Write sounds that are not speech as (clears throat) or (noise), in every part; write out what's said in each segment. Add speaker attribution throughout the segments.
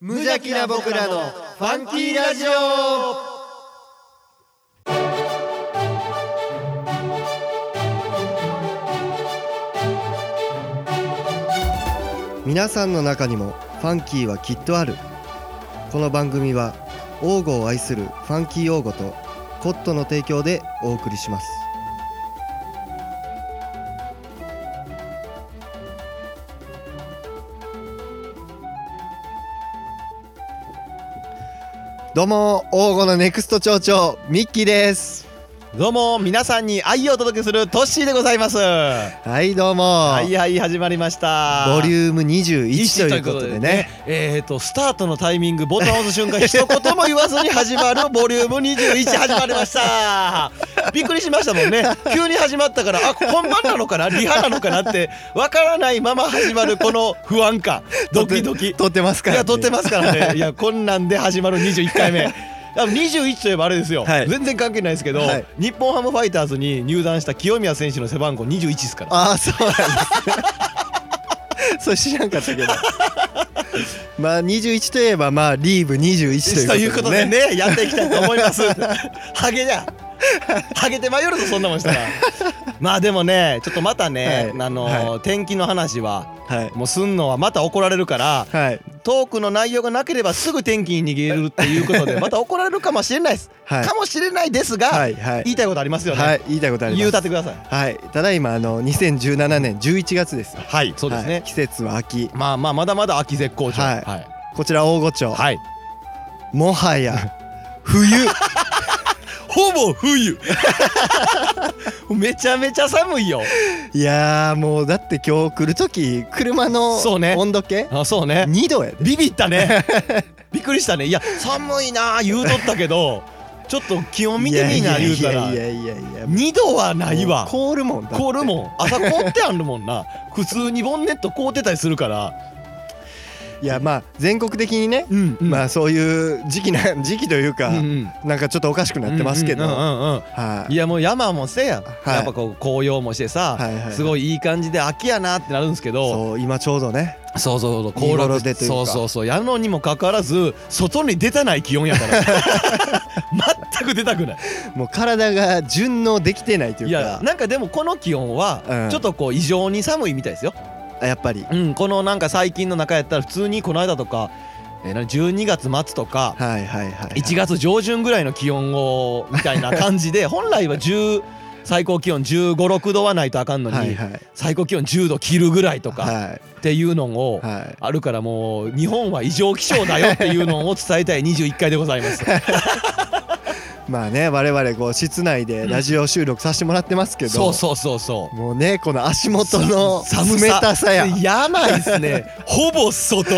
Speaker 1: 無邪気な僕らのファンキーラジオ皆さんの中にもファンキーはきっとあるこの番組は王語を愛するファンキー王語とコットの提供でお送りしますどうも王語のネクスト町長ミッキーです
Speaker 2: どうも皆さんに愛をお届けするトッシーでございます。は
Speaker 1: はいどうも、
Speaker 2: いはい始まりました。
Speaker 1: ボリ
Speaker 2: ー
Speaker 1: ューム21ということでね。
Speaker 2: えっ、とスタートのタイミングボタンを押
Speaker 1: (laughs)
Speaker 2: す瞬間一言も言わずに始まるボリューム21始まりました。びっくりしましたもんね。急に始まったからあ本番なのかなリハなのかなってわからないまま始まるこの不安感ドキドキ。
Speaker 1: 撮ってます
Speaker 2: い
Speaker 1: から、ね、
Speaker 2: や撮ってますから (laughs) ね。いやこんなんで始まる21回目。 (laughs) あの21といえばあれですよ、
Speaker 1: はい
Speaker 2: 全然関係ないですけど、
Speaker 1: はい
Speaker 2: 日本ハムファイターズに入団した清宮選手の背番号21ですから
Speaker 1: ああそうなんですねそう知らんかったけ
Speaker 2: (laughs)
Speaker 1: どまあ21といえばまあリーブ21
Speaker 2: と
Speaker 1: とい
Speaker 2: いうう
Speaker 1: こ
Speaker 2: ことと
Speaker 1: で
Speaker 2: で
Speaker 1: ね
Speaker 2: ねやっていきたいと思います (laughs) ハゲじゃハゲて迷うぞそんなもん (laughs) したらまあでもねちょっとまたね、
Speaker 1: はい
Speaker 2: あの
Speaker 1: は
Speaker 2: 天気の話は
Speaker 1: はい
Speaker 2: もうすんのはまた怒られるから
Speaker 1: はい
Speaker 2: トークの内容がなければすぐ天気に逃げるっていうことでまた怒られるかもしれないです、
Speaker 1: はい
Speaker 2: かもしれないですが、
Speaker 1: はいはい
Speaker 2: 言いたいことありますよね、
Speaker 1: はい言いたいことあり
Speaker 2: 言
Speaker 1: ま
Speaker 2: うた
Speaker 1: す
Speaker 2: ってください
Speaker 1: はいただいまあの2017年11月です
Speaker 2: はいそうですね、
Speaker 1: はい季節は秋
Speaker 2: まあまあまだまだ秋絶好調
Speaker 1: は
Speaker 2: はいいはい、
Speaker 1: こちら大御町、もはや
Speaker 2: (laughs)
Speaker 1: 冬
Speaker 2: ほぼ冬めちゃめちゃ寒いよ
Speaker 1: いやーもうだって今日来る時車の
Speaker 2: そうね
Speaker 1: 温度計
Speaker 2: あそうね
Speaker 1: 2度やで
Speaker 2: ビビったねびっくりしたねいや寒いなあ言うとったけどちょっと気温見てみいな言うたら
Speaker 1: いやいやいやいやいや
Speaker 2: 2度はないわ
Speaker 1: 凍るもんだって
Speaker 2: 凍るもん朝凍ってあるもんな (laughs) 普通にボンネット凍ってたりするから
Speaker 1: いやまあ全国的にね、
Speaker 2: うん
Speaker 1: ま
Speaker 2: あ
Speaker 1: あそういう時期な (laughs) 時期というか、なんかちょっとおかしくなってますけど、
Speaker 2: うんうんうんうんうん
Speaker 1: はい
Speaker 2: いやもう山もせや、
Speaker 1: い
Speaker 2: やっぱこう紅葉もしてさ、
Speaker 1: はいはいはい
Speaker 2: すごいいい感じで秋やなってなるんですけど
Speaker 1: そう今ちょうどね
Speaker 2: そうそうそ
Speaker 1: 見
Speaker 2: う紅
Speaker 1: 頃
Speaker 2: 葉
Speaker 1: でというか
Speaker 2: そうそうそうやのにもかかわらず外に出たない気温やから
Speaker 1: (laughs)
Speaker 2: 全く出たくない
Speaker 1: もう体が順応できてないとい
Speaker 2: いう
Speaker 1: か
Speaker 2: やなんかでもこの気温
Speaker 1: うん
Speaker 2: はちょっとこう異常に寒いみたいですよ、
Speaker 1: やっぱり
Speaker 2: うん、このなんか最近の中やったら普通にこの間とか、えーな12月末とか
Speaker 1: はいはいはい、はい、
Speaker 2: 1月上旬ぐらいの気温をみたいな感じで本来は10最高気温1 5 6度はないとあかんのに、
Speaker 1: はいはい
Speaker 2: 最高気温10度切るぐらいとか
Speaker 1: はい
Speaker 2: っていうのを
Speaker 1: はい
Speaker 2: あるからもう日本は異常気象だよっていうのを伝えたい21回でございます。
Speaker 1: まあね我々こう室内でラジオ収録させてもらってますけど、
Speaker 2: そうそうそうそう。
Speaker 1: もうねこの足元の
Speaker 2: さ寒
Speaker 1: 冷たさや
Speaker 2: やばいですね。ほぼ外。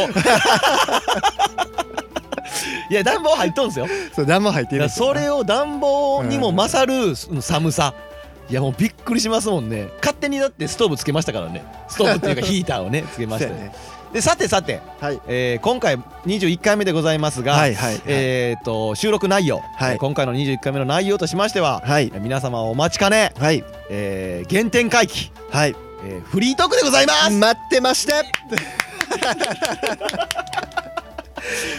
Speaker 2: いや暖房入っとんすよ。
Speaker 1: そう暖房入って
Speaker 2: い
Speaker 1: るん
Speaker 2: や
Speaker 1: ですよ
Speaker 2: そ
Speaker 1: ね
Speaker 2: れを暖房にも勝る寒さ。いやもうびっくりしますもんね。勝手にだってストーブつけましたからね。ストーブっていうかヒーターをねつけました
Speaker 1: そうや
Speaker 2: ね。
Speaker 1: ね
Speaker 2: でさてさて、
Speaker 1: はい
Speaker 2: えー今回21回目でございますが。
Speaker 1: はいはいはい、
Speaker 2: えー、と収録内容、
Speaker 1: はい
Speaker 2: えー今回の21回目の内容としましては、
Speaker 1: はい
Speaker 2: えー皆様お待ちかね、
Speaker 1: はい
Speaker 2: えー原点回帰、
Speaker 1: はい
Speaker 2: えーフリートークでございます、
Speaker 1: 待ってました (laughs)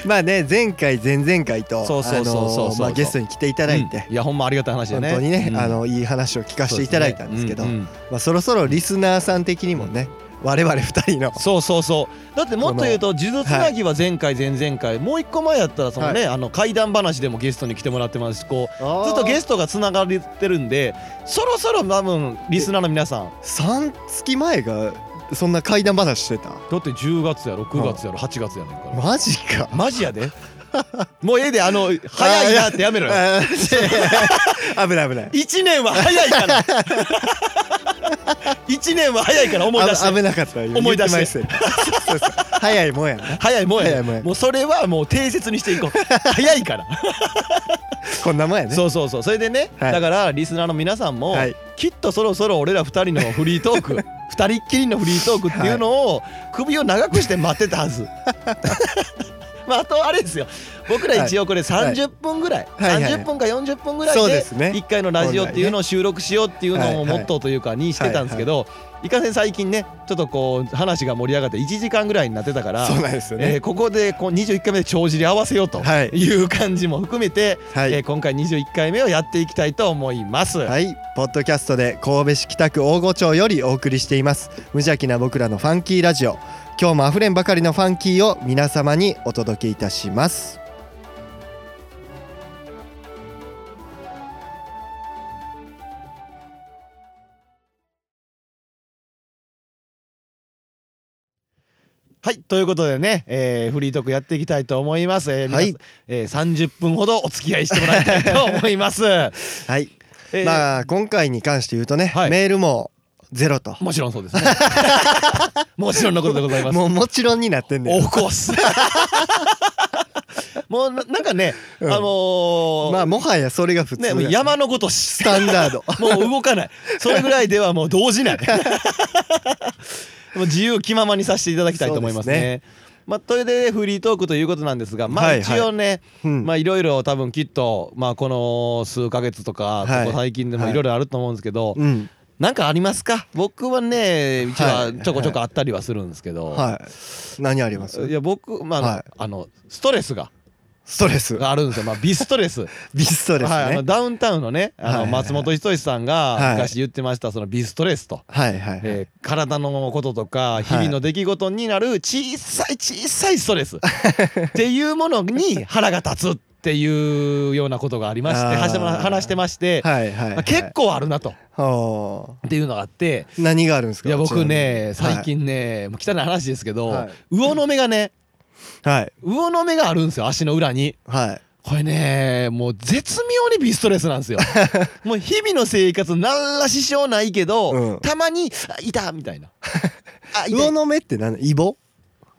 Speaker 1: まあね前回前々回と
Speaker 2: そうそうそうそう
Speaker 1: あのーまあゲストに来ていた
Speaker 2: う
Speaker 1: だ
Speaker 2: ん
Speaker 1: いて、
Speaker 2: いやほんまありがたい話だ
Speaker 1: 本
Speaker 2: ね
Speaker 1: 当にね、
Speaker 2: うん
Speaker 1: あのいい話を聞かせていただいたんですけど
Speaker 2: そう,、うん
Speaker 1: まあ、そろそろリスナーさん的にもね我々二人の
Speaker 2: そうそうそうだってもっと言うと「呪術つなぎ」は前回前々回、もう一個前やったらそのね、あの怪談話でもゲストに来てもらってますしこうずっとゲ
Speaker 1: ス
Speaker 2: ストがつながってるんでそろそろ多分リスナーの皆さん
Speaker 1: ト3月前がそんな怪談話してた
Speaker 2: だって10月やろ9月やろ8月やねんから
Speaker 1: マジか
Speaker 2: マジや
Speaker 1: (laughs)
Speaker 2: でもうええであの早いなってやめろよ
Speaker 1: あー危ない危ない
Speaker 2: 1年は早いから
Speaker 1: (laughs)
Speaker 2: 1年は早いから思い出し
Speaker 1: あ
Speaker 2: て
Speaker 1: 危なかった今
Speaker 2: 思い出して
Speaker 1: 言ってましたよそうそう早いもんやな
Speaker 2: 早いもん
Speaker 1: 早
Speaker 2: や
Speaker 1: いもんや
Speaker 2: もうそれはもう定説にしていこう早いから
Speaker 1: こんなもんやね
Speaker 2: そうそうそうそれでね、
Speaker 1: はい
Speaker 2: だからリスナーの皆さんも、
Speaker 1: はい
Speaker 2: きっとそろそろ俺ら2人のフリートー (laughs) ク2人っきりのフリートークって (laughs) いうのを首を長くして待ってたはずまああとあれですよ僕ら一応これ30分ぐらい、
Speaker 1: はいはいはい
Speaker 2: 30分か40分ぐら
Speaker 1: そう
Speaker 2: い
Speaker 1: で
Speaker 2: です
Speaker 1: ね
Speaker 2: 1回のラジオっていうのを収録しようっていうのをモットーというかにしてたんですけどいかんせん最近ねちょっとこう話が盛り上がって1時間ぐらいになってたから
Speaker 1: そうなんですよ
Speaker 2: え
Speaker 1: ね
Speaker 2: ー、ここでこう21回目で帳尻合わせようと
Speaker 1: はい
Speaker 2: いう感じも含めて、
Speaker 1: はい、
Speaker 2: えー今回21回目をやっていきたいと思います。はい、
Speaker 1: はい、ポッドキャストで神戸市北区大御町よりお送りしています無邪気な僕らのファンキーラジオ今日もあふれんばかりのファンキーを皆様にお届けいたします
Speaker 2: ということでね、えーフリートークやっていきたいと思います。えー皆さん
Speaker 1: はい
Speaker 2: えー30分ほどお付き合いしてもらいたいと思
Speaker 1: (laughs)
Speaker 2: います。え
Speaker 1: はい、
Speaker 2: ー
Speaker 1: まあ今回に関して言うとね、
Speaker 2: はい
Speaker 1: メールもゼロと
Speaker 2: もちろんそうですね。 (laughs) もちろんのことでござい
Speaker 1: (laughs)
Speaker 2: ます。
Speaker 1: もうもちろんになってんね
Speaker 2: オ
Speaker 1: ん
Speaker 2: フコー
Speaker 1: (laughs)
Speaker 2: ス。もうななんかね、
Speaker 1: うん
Speaker 2: あのー
Speaker 1: まあもはやそれが普通
Speaker 2: ね、
Speaker 1: だ
Speaker 2: もう山のごと
Speaker 1: ス
Speaker 2: し
Speaker 1: タンダード
Speaker 2: もう動かない。それぐらいではもう動じ
Speaker 1: (laughs)
Speaker 2: ない。もう自由気ままにさせていただきたいと思いますね。
Speaker 1: そう
Speaker 2: まあ、それでフリートークということなんですが、ま
Speaker 1: は
Speaker 2: あ、
Speaker 1: いはい
Speaker 2: 一応ね、
Speaker 1: うん
Speaker 2: まあ、いろいろ多分きっと、まあ、この数ヶ月とか、
Speaker 1: はい
Speaker 2: ここ最近でも
Speaker 1: はい
Speaker 2: いろいろあると思うんですけど、
Speaker 1: (laughs) うん
Speaker 2: なんかありますか僕はね、一
Speaker 1: は
Speaker 2: 応
Speaker 1: い
Speaker 2: ちょこちょこあったりはするんですけど、
Speaker 1: はい何あります
Speaker 2: い、や、僕、まあ、
Speaker 1: はい
Speaker 2: あの、ストレスが
Speaker 1: ストレス
Speaker 2: があるんですよ。まあ、ビストレス。
Speaker 1: ビストレス
Speaker 2: はい、あの
Speaker 1: ね
Speaker 2: ダウンタウンのね、
Speaker 1: はい
Speaker 2: あ
Speaker 1: はい
Speaker 2: の
Speaker 1: はい
Speaker 2: 松本人志さん
Speaker 1: は
Speaker 2: が
Speaker 1: い
Speaker 2: 昔言ってました、そのビストレスと、
Speaker 1: はいはいはい
Speaker 2: えー体のこととか、日々の出来事になる小さい小さいストレ
Speaker 1: (laughs)
Speaker 2: スっていうものに腹が立つっていうようなことがありまして、
Speaker 1: あー
Speaker 2: はしま話してまして、
Speaker 1: はいはい
Speaker 2: まあ結構あるなと。
Speaker 1: 構
Speaker 2: っていうのがあって、
Speaker 1: 何があるんですか
Speaker 2: いや僕ね、
Speaker 1: ちなみに
Speaker 2: 最近ね、もう汚い話ですけど、
Speaker 1: はい
Speaker 2: 魚の目がね、
Speaker 1: はい
Speaker 2: 魚の目があるんですよ、足の裏に。
Speaker 1: はい、はい
Speaker 2: これねもう絶妙にビストレスなんで
Speaker 1: (laughs)
Speaker 2: すよもう日々の生活何ら支障ないけど、
Speaker 1: うん
Speaker 2: たまに「あいた!」みたい
Speaker 1: (laughs)
Speaker 2: なあいた
Speaker 1: 魚の目って何イボ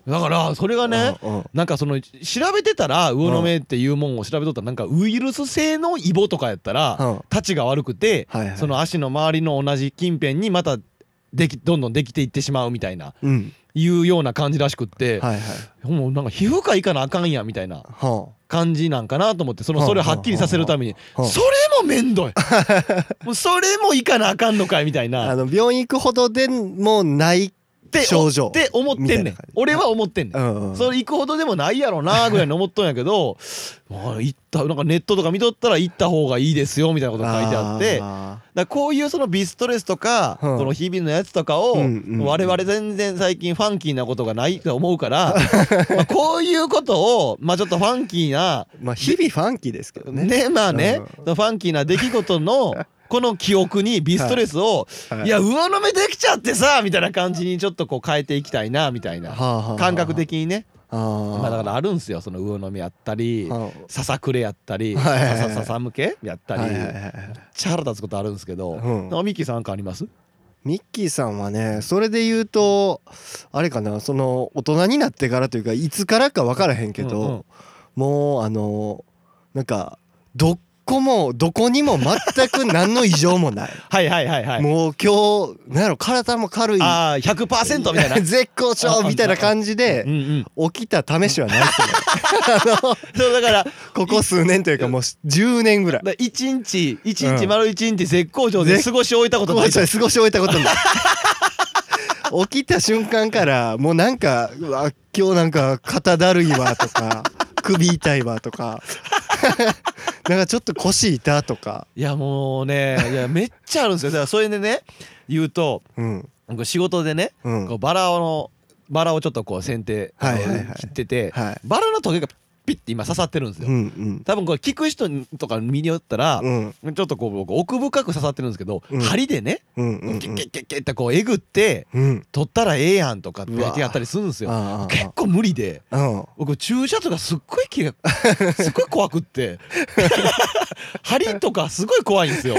Speaker 2: だからそれがね、
Speaker 1: うんうん
Speaker 2: なんかその調べてたら魚の目っていうもんを調べとったらなんかウイルス性のイボとかやったら、
Speaker 1: うん
Speaker 2: たちが悪くて、
Speaker 1: はいはい
Speaker 2: その足の周りの同じ近辺にまたできどんどんできていってしまうみたいな
Speaker 1: うん
Speaker 2: いうような感じらしくって、
Speaker 1: はいはい
Speaker 2: もうなんか皮膚科行かなあかんやみたいな
Speaker 1: は
Speaker 2: 感じなんかなと思ってその
Speaker 1: はあ
Speaker 2: それをはっきりさせるために
Speaker 1: はあはあ
Speaker 2: それもめ
Speaker 1: (laughs)
Speaker 2: んどいもうそれもいかなあかんのかいみたい
Speaker 1: ああ
Speaker 2: なっ
Speaker 1: の病院行くほどでもない
Speaker 2: て
Speaker 1: 症状
Speaker 2: って思ってん
Speaker 1: み
Speaker 2: ね
Speaker 1: たいなん感じ
Speaker 2: 俺は思ってんね
Speaker 1: うんんうん
Speaker 2: それ行くほどでもないやろなぐらいに思っとんや
Speaker 1: (laughs)
Speaker 2: けどまあ行ったなんかネットとか見とったら行った方がいいですよみたいなことが書いてあってだか
Speaker 1: あ
Speaker 2: らこういうそのビストレスとか
Speaker 1: うん
Speaker 2: この日々のやつとかを
Speaker 1: うんうんうん
Speaker 2: 我々全然最近ファンキーなことがないと思うから
Speaker 1: (laughs)
Speaker 2: まあこういうことをまあちょっとファンキーな
Speaker 1: ーまあ日々ファンキーですけどね
Speaker 2: ねまあね、
Speaker 1: うん
Speaker 2: ファンキーな出来事の
Speaker 1: (laughs)
Speaker 2: この記憶にビストレスを、
Speaker 1: はい
Speaker 2: い
Speaker 1: はい
Speaker 2: や魚の目できちゃってさみたいな感じにちょっとこう変えていきたいなみたいな
Speaker 1: はあはあはあ
Speaker 2: 感覚的にね
Speaker 1: あー
Speaker 2: まあだからあるんすよその魚の目やったり
Speaker 1: は
Speaker 2: ささくれやったり
Speaker 1: はいはいはい
Speaker 2: さささ向けやった
Speaker 1: あ
Speaker 2: り
Speaker 1: はいはい
Speaker 2: め
Speaker 1: は
Speaker 2: っ
Speaker 1: いはい
Speaker 2: ちゃ腹立つことあるんですけど、
Speaker 1: うん
Speaker 2: なんかミッキーさんなんかあります
Speaker 1: ミッキーさんはねそれで言うとあれかなその大人になってからというかいつからか分からへんけど、
Speaker 2: うんうん
Speaker 1: もうあのなんかどこもどこにも全く何の異常もない
Speaker 2: はいはいはいはい
Speaker 1: もう今日なんやろ体も軽い
Speaker 2: ああ100%みたいな
Speaker 1: (laughs) 絶好調みたいな感じ
Speaker 2: う
Speaker 1: で
Speaker 2: んうん
Speaker 1: 起きた試しはないっすね (laughs)
Speaker 2: そうだから
Speaker 1: ここ数年というかもう10年ぐらい
Speaker 2: だから一日一
Speaker 1: う
Speaker 2: 日
Speaker 1: ん
Speaker 2: 丸一日絶好調で過ごし終えたこと
Speaker 1: こ
Speaker 2: な
Speaker 1: こ
Speaker 2: い
Speaker 1: ちょっと過ごし終えたことない起きた瞬間からもうなんかうわ今日なんか肩だるいわと
Speaker 2: (laughs)
Speaker 1: か首痛いわとか (laughs) なんかちょっと腰痛とか
Speaker 2: いやもうねいやめっちゃあるんですよだからそれでね言うと
Speaker 1: うん
Speaker 2: 僕仕事でね、
Speaker 1: うん
Speaker 2: こうバラをのバラをちょっとこう剪定、あの
Speaker 1: はいはいはい
Speaker 2: 切ってて、
Speaker 1: はい
Speaker 2: バラのトゲがピッて今刺さってるんですよ、
Speaker 1: うんうん
Speaker 2: 多分これ聞く人とか身によったら、
Speaker 1: うん
Speaker 2: ちょっとこう僕奥深く刺さってるんですけど、
Speaker 1: うん
Speaker 2: 針でね
Speaker 1: うん
Speaker 2: キ
Speaker 1: う
Speaker 2: ュ
Speaker 1: ん
Speaker 2: ッキュッキュッキュッってこうえぐって
Speaker 1: うん
Speaker 2: 取ったらええやんとかって
Speaker 1: うわ
Speaker 2: やったりするんですよ
Speaker 1: あ
Speaker 2: 結構無理で
Speaker 1: あああ
Speaker 2: 僕注射とかすっご
Speaker 1: (laughs)
Speaker 2: い気がすっごい怖くって針とかすごい怖いんですよ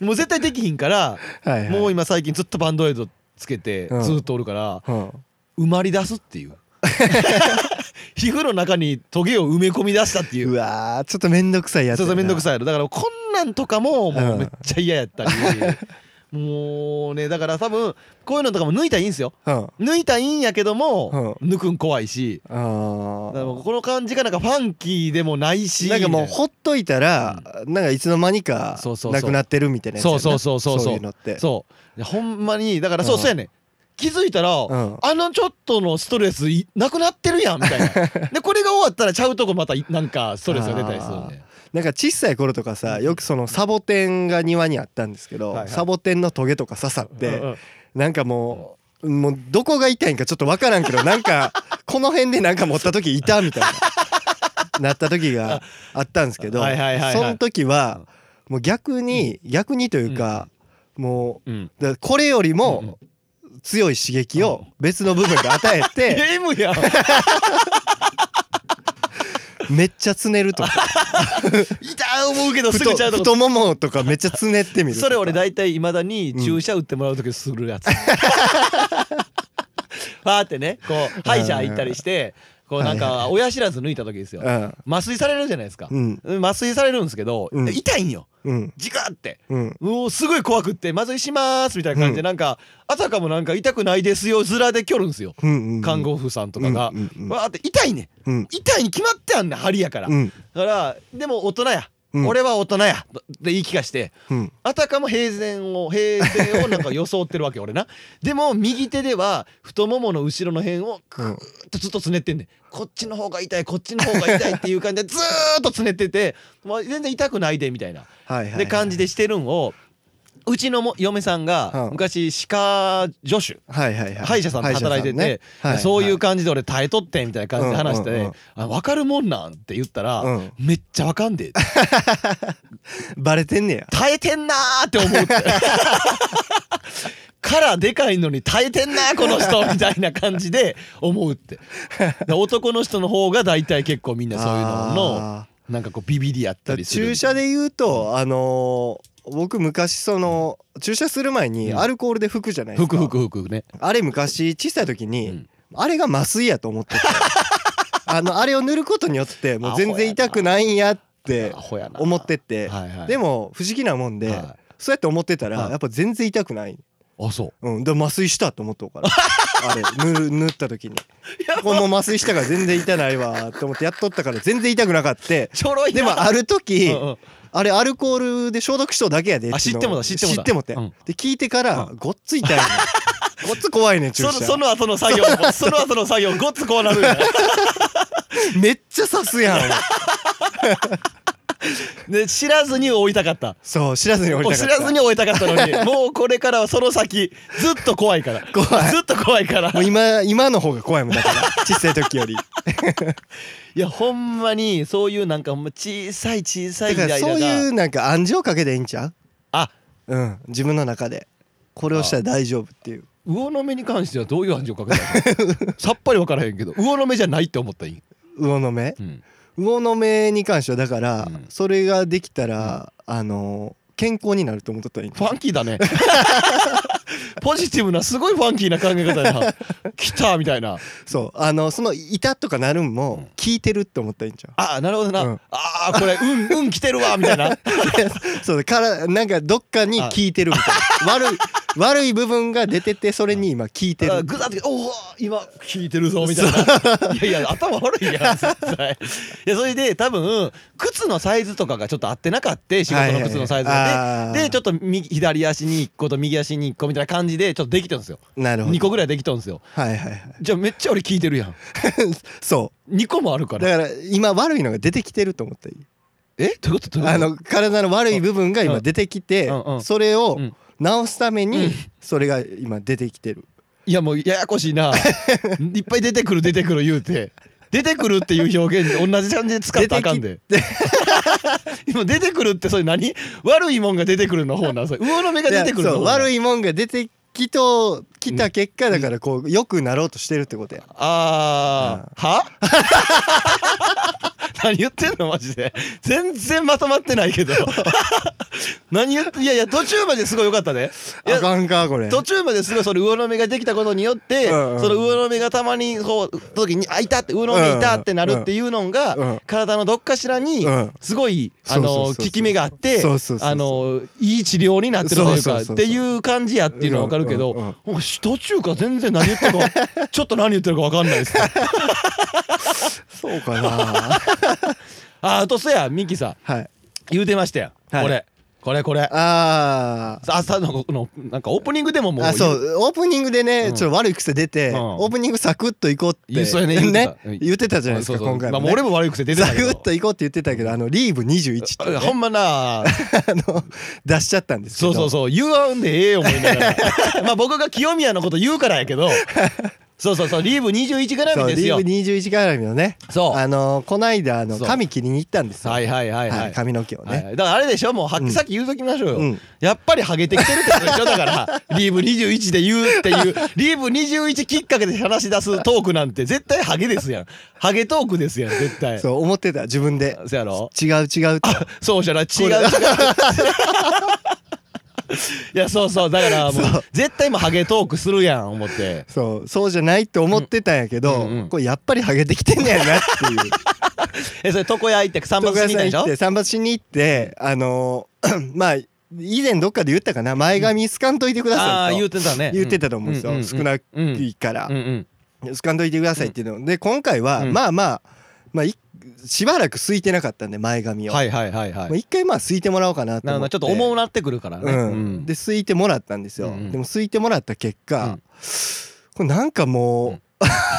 Speaker 2: もう絶対できひんから
Speaker 1: うんはいはい
Speaker 2: もう今最近ずっとバンドエイドつけて
Speaker 1: うん
Speaker 2: ずっとおるから
Speaker 1: うん
Speaker 2: 埋まり出すっていう (laughs) 皮膚の中にトゲを埋め込み出したっていう
Speaker 1: うわーちょっとめんどくさいやつ
Speaker 2: そう
Speaker 1: や
Speaker 2: そう
Speaker 1: な
Speaker 2: めんどくさいやろだからこんなんとかももうう
Speaker 1: (laughs)
Speaker 2: んめっちゃ嫌やったり、もうねだから多分こういうのとかも抜いたらいいんですよ
Speaker 1: うん
Speaker 2: 抜いたらいいんやけども、抜くん怖いし
Speaker 1: あー
Speaker 2: だからこの感じがなんかファンキーでもないし
Speaker 1: なんかもう
Speaker 2: みたい
Speaker 1: ほっといたら、なんかいつの間にか
Speaker 2: そうそうそう
Speaker 1: なくなってるみたいなやつやな
Speaker 2: そうそうそうそうそう
Speaker 1: そういうのって
Speaker 2: なそういやほんまにだからそう
Speaker 1: うん
Speaker 2: そうやねん気づいたら、
Speaker 1: ん
Speaker 2: あのちょっとのストレスいなくなってるやんみた
Speaker 1: (laughs)
Speaker 2: いなでこれが終わったらちゃうとこまたいなんかストレスが出たりするんで
Speaker 1: なんか小さい頃とかさよくそのサボテンが庭にあったんですけど、
Speaker 2: はいはい
Speaker 1: サボテンのトゲとか刺さって、
Speaker 2: うんうん
Speaker 1: なんかもう、もうどこが痛いんかちょっとわからんけどなん
Speaker 2: (laughs)
Speaker 1: かこの辺でなんか持った時痛みたいななった時があったんですけど、
Speaker 2: はいはいはいはい
Speaker 1: その時はもう逆に、逆にというか、も
Speaker 2: うん
Speaker 1: うだからこれよりも強い刺激を別の部分で与えて。
Speaker 2: (laughs) ゲーム
Speaker 1: (laughs)
Speaker 2: やん
Speaker 1: めっちゃつねるとか
Speaker 2: 痛い思うけどす
Speaker 1: 太
Speaker 2: ぐちゃうとこ
Speaker 1: 太ももとかめっちゃつねってみるとか
Speaker 2: それ俺大体いまだに注射打ってもらう時する
Speaker 1: (laughs)
Speaker 2: やつ。パーってねこう歯医者行ったりしてこうな
Speaker 1: は
Speaker 2: ん
Speaker 1: い
Speaker 2: か親知らず抜いた時ですよ
Speaker 1: うん
Speaker 2: 麻酔されるじゃないですか
Speaker 1: うん
Speaker 2: 麻酔されるんですけど
Speaker 1: うん
Speaker 2: 痛いんよ
Speaker 1: うん
Speaker 2: ジカって。
Speaker 1: うん
Speaker 2: うおすごい怖くって「麻酔します」みたいな感じでなんかあたかもなんか痛くないですよ面できょるんすよ
Speaker 1: うんうん
Speaker 2: 看護婦さんとかが
Speaker 1: うんうんうん
Speaker 2: わーって痛いね
Speaker 1: うん
Speaker 2: 痛いに決まってあんねん針やから
Speaker 1: う
Speaker 2: だ
Speaker 1: ん
Speaker 2: からでも大人や
Speaker 1: うん
Speaker 2: 俺は大人やとって言い聞かして
Speaker 1: うん
Speaker 2: あたかも平然を平然をなんか装ってるわけ俺な (laughs) でも右手では太ももの後ろの辺を
Speaker 1: う
Speaker 2: ぐー
Speaker 1: ん
Speaker 2: っとずっとつねってんねんこっちの方が痛いこっちの方が痛いっていう感じでず (laughs) ーっとつねってて、まあ、全然痛くないでみたいな
Speaker 1: はいはい
Speaker 2: で感じでしてるんをうちのも嫁さん
Speaker 1: う
Speaker 2: が
Speaker 1: ん
Speaker 2: 昔歯科助手
Speaker 1: はいはいはい
Speaker 2: 歯医者さんで働いてて、
Speaker 1: 歯医者さんねは
Speaker 2: そういう
Speaker 1: は
Speaker 2: 感じで俺耐えとってみたいな感じで話して、
Speaker 1: うんうんうん
Speaker 2: あ分かるもんなんって言ったら、
Speaker 1: うん
Speaker 2: めっちゃ分かんで
Speaker 1: バレてんねや
Speaker 2: 耐えてんなー
Speaker 1: (laughs)
Speaker 2: って思うってからでかいのに耐えてんなーこの人みたいな感じで思うってだから男の人の方が大体結構みんなそういうのの
Speaker 1: あ
Speaker 2: なんかこうビビりやっ
Speaker 1: ーだ
Speaker 2: た
Speaker 1: から
Speaker 2: りする
Speaker 1: 注射で言うとあのー僕昔その注射する前に
Speaker 2: うん
Speaker 1: アルコールで拭くじゃないです
Speaker 2: ふ
Speaker 1: か
Speaker 2: くふくふくね
Speaker 1: あれ昔小さい時に、
Speaker 2: うん
Speaker 1: あれが麻酔やと思
Speaker 2: (laughs)
Speaker 1: っててあのあれを塗ることによってもう全然痛くないんやって
Speaker 2: アホやな
Speaker 1: 思ってて、
Speaker 2: はいはい
Speaker 1: でも不思議なもんで、
Speaker 2: は
Speaker 1: そうやって思ってたら、
Speaker 2: はい
Speaker 1: やっぱ全然痛くない、
Speaker 2: いあそう
Speaker 1: うん、で麻酔したと思っとう
Speaker 2: (laughs)
Speaker 1: からあれ塗る塗った時にこの麻酔したから全然痛ないわと思ってやっとったから全然痛くなか
Speaker 2: (laughs)
Speaker 1: って
Speaker 2: ちょろいな
Speaker 1: でもある時、
Speaker 2: うんうん
Speaker 1: あれアルコールで消毒しとうだけやでう
Speaker 2: あ
Speaker 1: の
Speaker 2: 知ってもだ知ってもだ
Speaker 1: 知ってもって、
Speaker 2: うん
Speaker 1: で聞いてから、
Speaker 2: う
Speaker 1: ごっつ痛い
Speaker 2: (laughs)
Speaker 1: ねごっつ怖いね注
Speaker 2: そ
Speaker 1: 射
Speaker 2: のその後の作業もその後の作業ごっつこうなるん
Speaker 1: (laughs)
Speaker 2: や
Speaker 1: めっちゃ刺すやん
Speaker 2: で知らずに追いたかった
Speaker 1: そう知らずに降りたかった
Speaker 2: 知らずに終えたかったのに (laughs) もうこれからはその先ずっと怖いから
Speaker 1: 怖い
Speaker 2: ずっと怖いから
Speaker 1: もう今今の方が怖いもんだから小さい時
Speaker 2: (laughs)
Speaker 1: より
Speaker 2: いやほんまにそういうなんかほんま小さい小さい
Speaker 1: だ
Speaker 2: イ
Speaker 1: か
Speaker 2: ライ
Speaker 1: ら
Speaker 2: ラが
Speaker 1: そういうなんか暗示をかけていいんちゃう
Speaker 2: あ
Speaker 1: うん自分の中でこれをしたら大丈夫っていう
Speaker 2: 魚の目に関してはどういう暗示をかけた (laughs) のさっぱり分からへんけど魚の目じゃないって思ったらいい、
Speaker 1: 魚の目
Speaker 2: うん
Speaker 1: 魚の目に関してはだから、
Speaker 2: うん
Speaker 1: それができたら、あの健康になると思っとったらいいんち
Speaker 2: フ
Speaker 1: ゃう
Speaker 2: ァンキーだねポジティブなすごいファンキーな考え方やな来たみたいな
Speaker 1: そうあのその痛とかなるんも聞いてるって思ったらいいんちゃう (laughs)
Speaker 2: あなるほどな、
Speaker 1: うん
Speaker 2: あーこれうんうん来てるわみたいな
Speaker 1: そうからなんかどっかに聞いてるみたいな悪い悪い部分が出ててそれに今聞いて
Speaker 2: あ
Speaker 1: る
Speaker 2: ぐざっておお今聞いてるぞみたいないやいや頭悪い
Speaker 1: (laughs)
Speaker 2: やん絶対いやそれで多分靴のサイズとかがちょっと合ってなかった仕事の靴のサイズ
Speaker 1: はいはい
Speaker 2: が
Speaker 1: はいあ
Speaker 2: ね
Speaker 1: ー
Speaker 2: でちょっと右左足に1個と右足に1個みたいな感じでちょっとできてるんですよ
Speaker 1: なるほど
Speaker 2: 2個ぐらいできたんですよ
Speaker 1: はいはいはい
Speaker 2: じゃあめっちゃ俺聞いてるやん
Speaker 1: そ
Speaker 2: 2個もある
Speaker 1: う
Speaker 2: から
Speaker 1: だから今悪いのが出てきてると思ったらいい
Speaker 2: えどういうことどういうこと
Speaker 1: あの体の悪い部分が
Speaker 2: う
Speaker 1: 今
Speaker 2: ん
Speaker 1: 出てきて
Speaker 2: うんうん
Speaker 1: それを
Speaker 2: うん
Speaker 1: 直すため
Speaker 2: う
Speaker 1: に
Speaker 2: ん
Speaker 1: それが今出てきてる
Speaker 2: いやもうややこしいな (laughs) いっぱい出てくる出てくる言うて出てくるっていう表現で同じ感じで使ったらあかんで今出てくるってそれ何悪いもんが出てくるの方なそれ魚の目が出てくるの
Speaker 1: そう
Speaker 2: 方
Speaker 1: 悪
Speaker 2: い
Speaker 1: いもんが出てきときた結果だからこう良くなろうとしてるってことや
Speaker 2: あーは (laughs) 何言ってんのマジで全然まとまってないけど何言っていやいや途中まですごい良かったねい
Speaker 1: あ
Speaker 2: や
Speaker 1: かんかこれ
Speaker 2: 途中まですごいその魚の目ができたことによって、
Speaker 1: うんうん
Speaker 2: その魚の目がたまにこう時に「あいた!」って魚の目いたってなるっていうのが、
Speaker 1: うん
Speaker 2: 体のどっかしらに
Speaker 1: うん
Speaker 2: すごい、
Speaker 1: そうそ
Speaker 2: あ
Speaker 1: うそう
Speaker 2: の効
Speaker 1: そう
Speaker 2: き目があって
Speaker 1: そうそうそうそう
Speaker 2: あのいい治療になってるという
Speaker 1: そうそう
Speaker 2: か
Speaker 1: そうそう
Speaker 2: っていう感じやっていうのは分かるけど、
Speaker 1: うんうんうん
Speaker 2: もう途中から全然何言ってるか (laughs) ちょっと何言ってるか分かんないですね。
Speaker 1: そうか
Speaker 2: (laughs)
Speaker 1: な
Speaker 2: ああとそやミキさん
Speaker 1: はい
Speaker 2: 言うてましたよ、
Speaker 1: はい
Speaker 2: これこれこれ
Speaker 1: あー
Speaker 2: 朝のこのなんかオープニングでももう
Speaker 1: あそうオープニングでね、
Speaker 2: うん
Speaker 1: ちょっと悪い癖出て、
Speaker 2: うん
Speaker 1: オープニングサクッと行こうって
Speaker 2: いそうやね言うてた
Speaker 1: 言ってたじゃないです
Speaker 2: そ
Speaker 1: か
Speaker 2: うそう
Speaker 1: 今回も、
Speaker 2: まあ、
Speaker 1: ね
Speaker 2: 俺も悪い癖出てた
Speaker 1: サク
Speaker 2: けど
Speaker 1: ッと行こうって言ってたけどあのリーブ21ってね、
Speaker 2: あほんまな
Speaker 1: あ
Speaker 2: あ
Speaker 1: の出しちゃったんですけど
Speaker 2: そうそうそう言わんでええ思いながら (laughs) まあ僕が清宮のこと言うからやけ (laughs) どそうそうそうリーブ21絡
Speaker 1: そう
Speaker 2: みですよ
Speaker 1: リーブ21絡みのね
Speaker 2: そう
Speaker 1: あのこないだあの
Speaker 2: そう
Speaker 1: 髪切りに行ったんですよ
Speaker 2: はいはいはいはい、
Speaker 1: はい髪の毛をね、
Speaker 2: はいだからあれでしょもうはっ
Speaker 1: ん
Speaker 2: さっき言うときましょうよ、
Speaker 1: うん
Speaker 2: やっぱりハゲてきてるってことでしょだから (laughs) リーブ21で言うっていうリーブ21きっかけで話し出すトークなんて絶対ハゲですやんハゲトークですやん絶対そ
Speaker 1: そう思ってた自分で
Speaker 2: うやろ
Speaker 1: 違う違う
Speaker 2: (laughs)
Speaker 1: と
Speaker 2: そうじゃない違う違う (laughs) いやそうそうだからもう絶対もうハゲトークするやん思って
Speaker 1: そうそうじゃないって思ってたんやけど、
Speaker 2: うんうんうん
Speaker 1: これやっぱりハゲてきてんねやなっていう
Speaker 2: えそれ床屋行って (laughs) 散髪しに行ったでし
Speaker 1: 行っ
Speaker 2: ょ
Speaker 1: て散髪しに行ってあの (clears throat) まあ以前どっかで言ったかな前髪すかんといてくだ
Speaker 2: あ
Speaker 1: さ
Speaker 2: あ
Speaker 1: い
Speaker 2: 言
Speaker 1: と
Speaker 2: うてたね
Speaker 1: 言ってたと思うんですよ、
Speaker 2: うんうんうん
Speaker 1: 少な
Speaker 2: うん
Speaker 1: いから
Speaker 2: う、んうん
Speaker 1: すかんといてくださいっていうの、で今回は、
Speaker 2: うん
Speaker 1: まあまあまあいしばらく空いてなかったんで前髪を、
Speaker 2: はいはいはいはい
Speaker 1: もう一回まあ空いてもらおうかなと
Speaker 2: なるほ
Speaker 1: 思っ
Speaker 2: どち
Speaker 1: て
Speaker 2: ょっと重うなってくるからね、
Speaker 1: うん
Speaker 2: うん
Speaker 1: で空いてもらったんですよ、
Speaker 2: うんうん
Speaker 1: でも空いてもらった結果、
Speaker 2: うん
Speaker 1: これなんかもう、
Speaker 2: うん
Speaker 1: (laughs)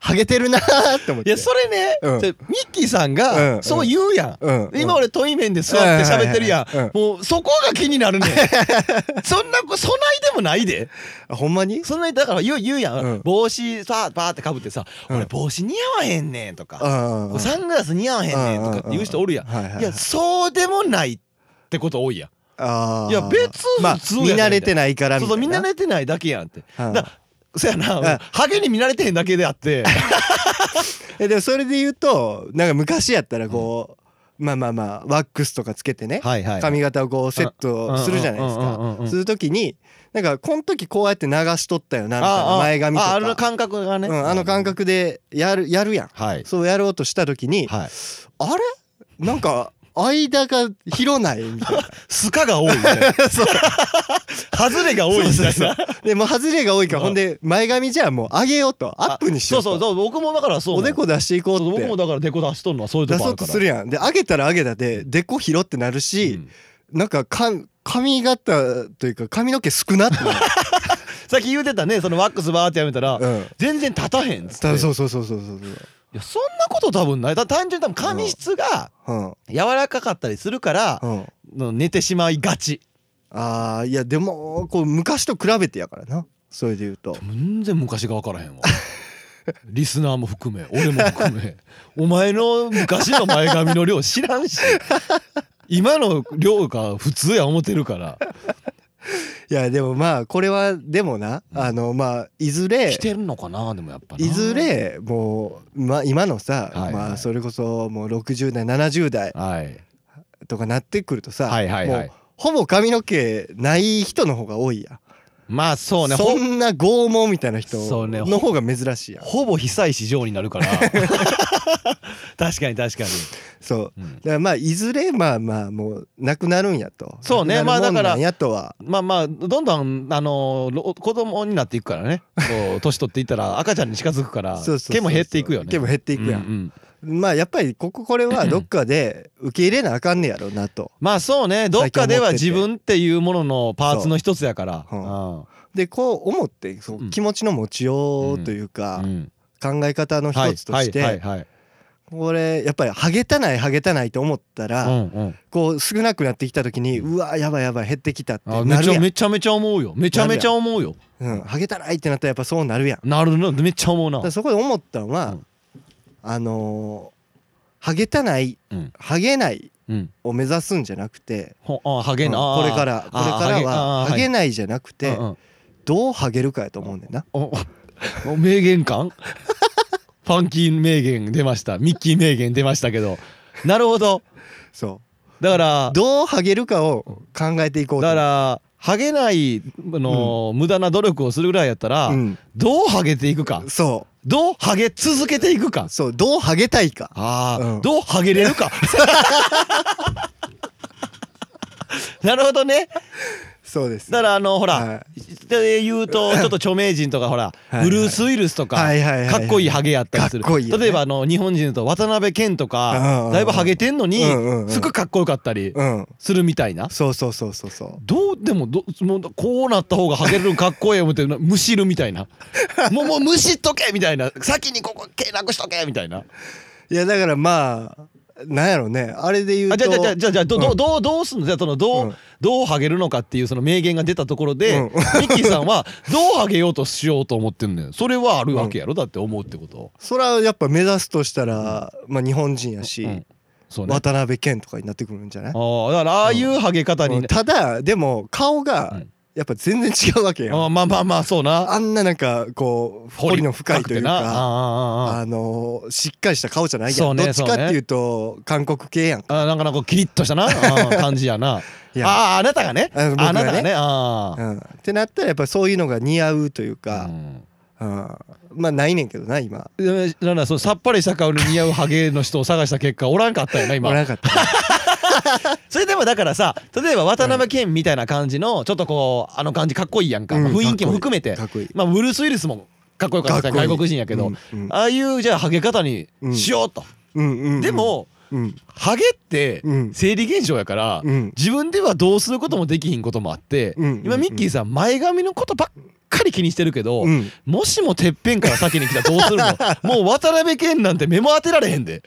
Speaker 1: ハゲてるなーって思っ
Speaker 2: い
Speaker 1: て
Speaker 2: やそれね、
Speaker 1: うん
Speaker 2: ちょミッキーさん
Speaker 1: うん
Speaker 2: がそう言うやん、
Speaker 1: うん
Speaker 2: 今俺トイメンで座って喋ってるやん、
Speaker 1: うんうん
Speaker 2: もうそこが気にな
Speaker 1: (laughs)
Speaker 2: るねんそんなこそないでもないで
Speaker 1: あほんまに
Speaker 2: (laughs) そんなにだから言う言うやん、
Speaker 1: うん
Speaker 2: 帽子さバーってかぶってさ、
Speaker 1: うん
Speaker 2: 俺帽子似合わへんねんとか、
Speaker 1: ああ
Speaker 2: サングラス似合わへんねんとかって言う人おるやん、
Speaker 1: はいはいはい
Speaker 2: いやそうでもないってこと多いやん
Speaker 1: あー
Speaker 2: いや別に
Speaker 1: まあ
Speaker 2: 普通や
Speaker 1: 見
Speaker 2: ねん
Speaker 1: 慣れてないからみ
Speaker 2: そう
Speaker 1: たいな
Speaker 2: そうみんな慣れてないだけやんって、
Speaker 1: はい
Speaker 2: だそやな、
Speaker 1: うん
Speaker 2: ハゲに見慣れてへんだけであって
Speaker 1: えでもそれで言うとなんか昔やったらこう、まあまあまあワックスとかつけてね、
Speaker 2: はいは
Speaker 1: (laughs)
Speaker 2: い
Speaker 1: 髪型をこうセットするじゃないです
Speaker 2: うんうんうんうんうんう
Speaker 1: か
Speaker 2: ん
Speaker 1: するときになんかこの時こうやって流しとったよなみたい
Speaker 2: あ
Speaker 1: な
Speaker 2: あ
Speaker 1: 前髪とか
Speaker 2: ああの感覚がね、
Speaker 1: うん、あの感覚でやるやるやん、
Speaker 2: はい
Speaker 1: そうやろうとした時に、
Speaker 2: はい
Speaker 1: あれなんか間が広ないみたいな
Speaker 2: スカが多いみたいな
Speaker 1: (laughs) そう
Speaker 2: 外れが多いみたいなそう
Speaker 1: でもう外れが多いからほんで前髪じゃあもう上げようとアップにしようと
Speaker 2: そうそう僕もだからそう
Speaker 1: おでこ出していこうって
Speaker 2: 僕もだからデコ出しとるのはそういうと
Speaker 1: 出
Speaker 2: こあ
Speaker 1: そ
Speaker 2: る
Speaker 1: う
Speaker 2: か
Speaker 1: と
Speaker 2: ら
Speaker 1: するやんで上げたら上げたででこ広ってなるし、なんかか髪型というか髪の毛少なってなる、
Speaker 2: さっき言うてたねそのワックスバーってやめたら、 (laughs)
Speaker 1: うん
Speaker 2: 全然立たへんっつって
Speaker 1: ただ
Speaker 2: い
Speaker 1: そうそうそうそうそう
Speaker 2: やそんなこと多分ないだ単純に多分髪質が
Speaker 1: そう
Speaker 2: 柔らかかったりするから
Speaker 1: う、んうん
Speaker 2: の寝てしまいがち
Speaker 1: あーいやでもこう昔と比べてやからなそれで言うと
Speaker 2: 全然昔が分からへんわリスナーも含め俺も含め (laughs) お前の昔の前髪の量知ら
Speaker 1: (laughs)
Speaker 2: んし今の量が普通や思ってるから
Speaker 1: いやでもまあこれはでもな、あのまあいずれ
Speaker 2: 来てんのかなでもやっぱない
Speaker 1: ずれもう、まあ、今のさ、
Speaker 2: はいはい
Speaker 1: まあ、それこそもう60代70代
Speaker 2: はい
Speaker 1: とかなってくるとさ、
Speaker 2: はいはいはい
Speaker 1: もうほぼ髪の毛ない人の方が多いやん
Speaker 2: まあそうねほ
Speaker 1: そんな剛毛みたいな人
Speaker 2: そうね
Speaker 1: の方が珍しいやん
Speaker 2: ほぼ被災市場になるから (laughs) 確かに確かに、
Speaker 1: そう
Speaker 2: うん
Speaker 1: だからまあいずれまあまあもうなくなるんやと
Speaker 2: そう
Speaker 1: な
Speaker 2: ね
Speaker 1: くなるもん
Speaker 2: まあだから
Speaker 1: なんやとは
Speaker 2: まあまあどんどんあのろ子供になっていくからね
Speaker 1: (laughs)
Speaker 2: こう年取っていったら赤ちゃんに近づくから
Speaker 1: そうそうそう
Speaker 2: 毛も減っていくよね
Speaker 1: 毛も減っていくやん、
Speaker 2: うんうん
Speaker 1: まあやっぱりこここれはどっかで受け入れなあかんねやろうなと
Speaker 2: まあそうねどっかでは
Speaker 1: 最近
Speaker 2: 自
Speaker 1: 思ってて
Speaker 2: 分っていうもののパーツの一つやから
Speaker 1: そううんでこう思ってそううん気持ちの持ちようというか、
Speaker 2: うん
Speaker 1: 考え方の
Speaker 2: はい
Speaker 1: 一つとして、
Speaker 2: はいはいはい
Speaker 1: これやっぱりハゲたないハゲたないと思ったら、
Speaker 2: うんうん
Speaker 1: こう少なくなってきた時にうわやばいやばい減ってきたって
Speaker 2: あ
Speaker 1: な
Speaker 2: め
Speaker 1: る
Speaker 2: ち
Speaker 1: や
Speaker 2: ゃ
Speaker 1: ん、
Speaker 2: めちゃめちゃ思うよめちゃめちゃ思うよ
Speaker 1: うん、ハゲたないってなったらやっぱそうなるやんだ
Speaker 2: なるなめっちゃ思うな
Speaker 1: からそこで思ったのは、
Speaker 2: うん
Speaker 1: あのーハゲたない
Speaker 2: うん
Speaker 1: ハゲない
Speaker 2: うん
Speaker 1: を目指すんじゃなくて、
Speaker 2: ほあハゲ
Speaker 1: うん
Speaker 2: な
Speaker 1: これからこれからはハゲ
Speaker 2: な
Speaker 1: ないじゃなくて、どうハゲるかやと思うねんな。
Speaker 2: 名言感 (laughs) ファンキー名言出ましたミッキー名言出ましたけどなるほど
Speaker 1: そう
Speaker 2: だから
Speaker 1: どうハゲるかを考えていこうと
Speaker 2: だからハゲないあの、無駄な努力をするぐらいやったら、
Speaker 1: うん
Speaker 2: どうハゲていくか
Speaker 1: そ
Speaker 2: どうハゲ続けていくか
Speaker 1: うそうどうハゲたいか
Speaker 2: あー、
Speaker 1: うん
Speaker 2: どうハゲれるか (laughs) なるほどね
Speaker 1: そうです
Speaker 2: だからあのほら、
Speaker 1: は
Speaker 2: で言う
Speaker 1: (laughs)
Speaker 2: とちょっと著名人とかほら
Speaker 1: はい
Speaker 2: ブルース・ウィルスとか
Speaker 1: はいはいはい
Speaker 2: かっこいいハゲやったりする
Speaker 1: かっこいいよね
Speaker 2: 例えばあの日本人だと渡辺謙と
Speaker 1: うんうんう
Speaker 2: か
Speaker 1: ん
Speaker 2: だいぶハゲてんのに
Speaker 1: うんうんうん
Speaker 2: すごいかっこよかったり
Speaker 1: うん
Speaker 2: するみたいな
Speaker 1: そうそうそうそうそう
Speaker 2: どうでもどもうこうなった方がハゲるんかっこええ思ってなむしるみたいなもうもうむしっとけみたいな先にここ毛なくしとけみたいない
Speaker 1: やだからまあなんやろうねあれで言う
Speaker 2: あ
Speaker 1: と
Speaker 2: じゃあじゃあじゃあじゃあど
Speaker 1: う
Speaker 2: どうんどうどうすんのじゃあそのどう、
Speaker 1: うん
Speaker 2: どうハゲるのかっていうその名言が出たところで、
Speaker 1: うん
Speaker 2: ミッキーさんはどうハゲようとしようと思ってんのよそれはあるわけやろ、だって思うってこと、
Speaker 1: それはやっぱ目指すとしたら、まあ日本人やし、
Speaker 2: うんそうね
Speaker 1: 渡辺謙とかになってくるんじゃない
Speaker 2: あーだからああいうハゲ方に
Speaker 1: うん
Speaker 2: ね、
Speaker 1: ただでも顔
Speaker 2: う
Speaker 1: が
Speaker 2: ん
Speaker 1: やっぱ全然違うわけやん、
Speaker 2: あーまあまあまあそうな
Speaker 1: あんななんかこう彫りの深いという
Speaker 2: 掘り深くてな
Speaker 1: か
Speaker 2: あーあーあー
Speaker 1: あのしっかりした顔じゃないや、
Speaker 2: そうんね
Speaker 1: どっちかっていうと韓国系やん
Speaker 2: あーなんかなんかキリッとしたなあ
Speaker 1: (laughs)
Speaker 2: ー感じやなあ
Speaker 1: いや
Speaker 2: あーあなたがね
Speaker 1: あ僕がね
Speaker 2: あなたがねあ
Speaker 1: うん、ってなったらやっぱそういうのが似合うという
Speaker 2: あ、う
Speaker 1: か、
Speaker 2: ん
Speaker 1: うんまあないねんけどな今
Speaker 2: でなんだそのさっぱりした顔に似合うハゲの人を探した結果おらんかったよな今
Speaker 1: おらんかった
Speaker 2: それでもだからさ例えば渡辺謙みたいな感じのちょっとこうあの感じかっこいいやんか、
Speaker 1: うん
Speaker 2: 雰囲気も含めて
Speaker 1: かっこいい
Speaker 2: まあブルース・ウィルスもかっこよかった
Speaker 1: かっこいい
Speaker 2: 外国人やけど、
Speaker 1: うんうん
Speaker 2: ああいうじゃあハゲ方にしようと、
Speaker 1: うんうんうん
Speaker 2: でも、
Speaker 1: うん
Speaker 2: ハゲって
Speaker 1: うん
Speaker 2: 生理現象やから、
Speaker 1: うん
Speaker 2: 自分ではどうすることもできひんこともあって、
Speaker 1: うんうんうん
Speaker 2: 今ミッキーさん前髪のことばっかり気にしてるけど、
Speaker 1: うん
Speaker 2: もしもてっぺんから先に来たらどうす
Speaker 1: (laughs)
Speaker 2: るのもう渡辺謙なんて目も当てられへんで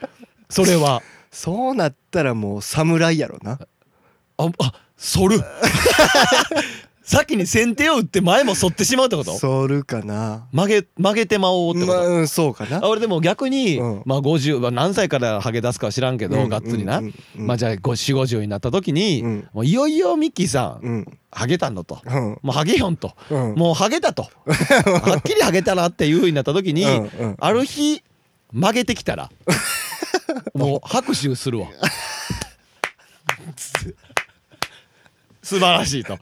Speaker 2: それは。
Speaker 1: そうなったらもう侍やろな
Speaker 2: あ、あ、反る。 (laughs) 先に先手を打って前も反ってしまうってこと
Speaker 1: そるかな
Speaker 2: 曲げ、曲げてまおうってこ
Speaker 1: まあ
Speaker 2: と、
Speaker 1: うんそうかな
Speaker 2: あ、俺でも逆に、
Speaker 1: うん
Speaker 2: まあ50、まあ、何歳からハゲ出すかは知らんけど、
Speaker 1: うん
Speaker 2: がっつりな、
Speaker 1: うんうん
Speaker 2: まあじゃあ5、4、50になった時に、
Speaker 1: うん
Speaker 2: もういよいよミッキーさん、
Speaker 1: うん
Speaker 2: ハゲたんのと。
Speaker 1: うん
Speaker 2: もうハゲよんと、
Speaker 1: うん
Speaker 2: もうハゲ
Speaker 1: (laughs)
Speaker 2: たとはっきりハゲたなっていう風になった時に、
Speaker 1: うんうん
Speaker 2: ある日曲げてきた (laughs) らもう拍手するわ素晴らしいと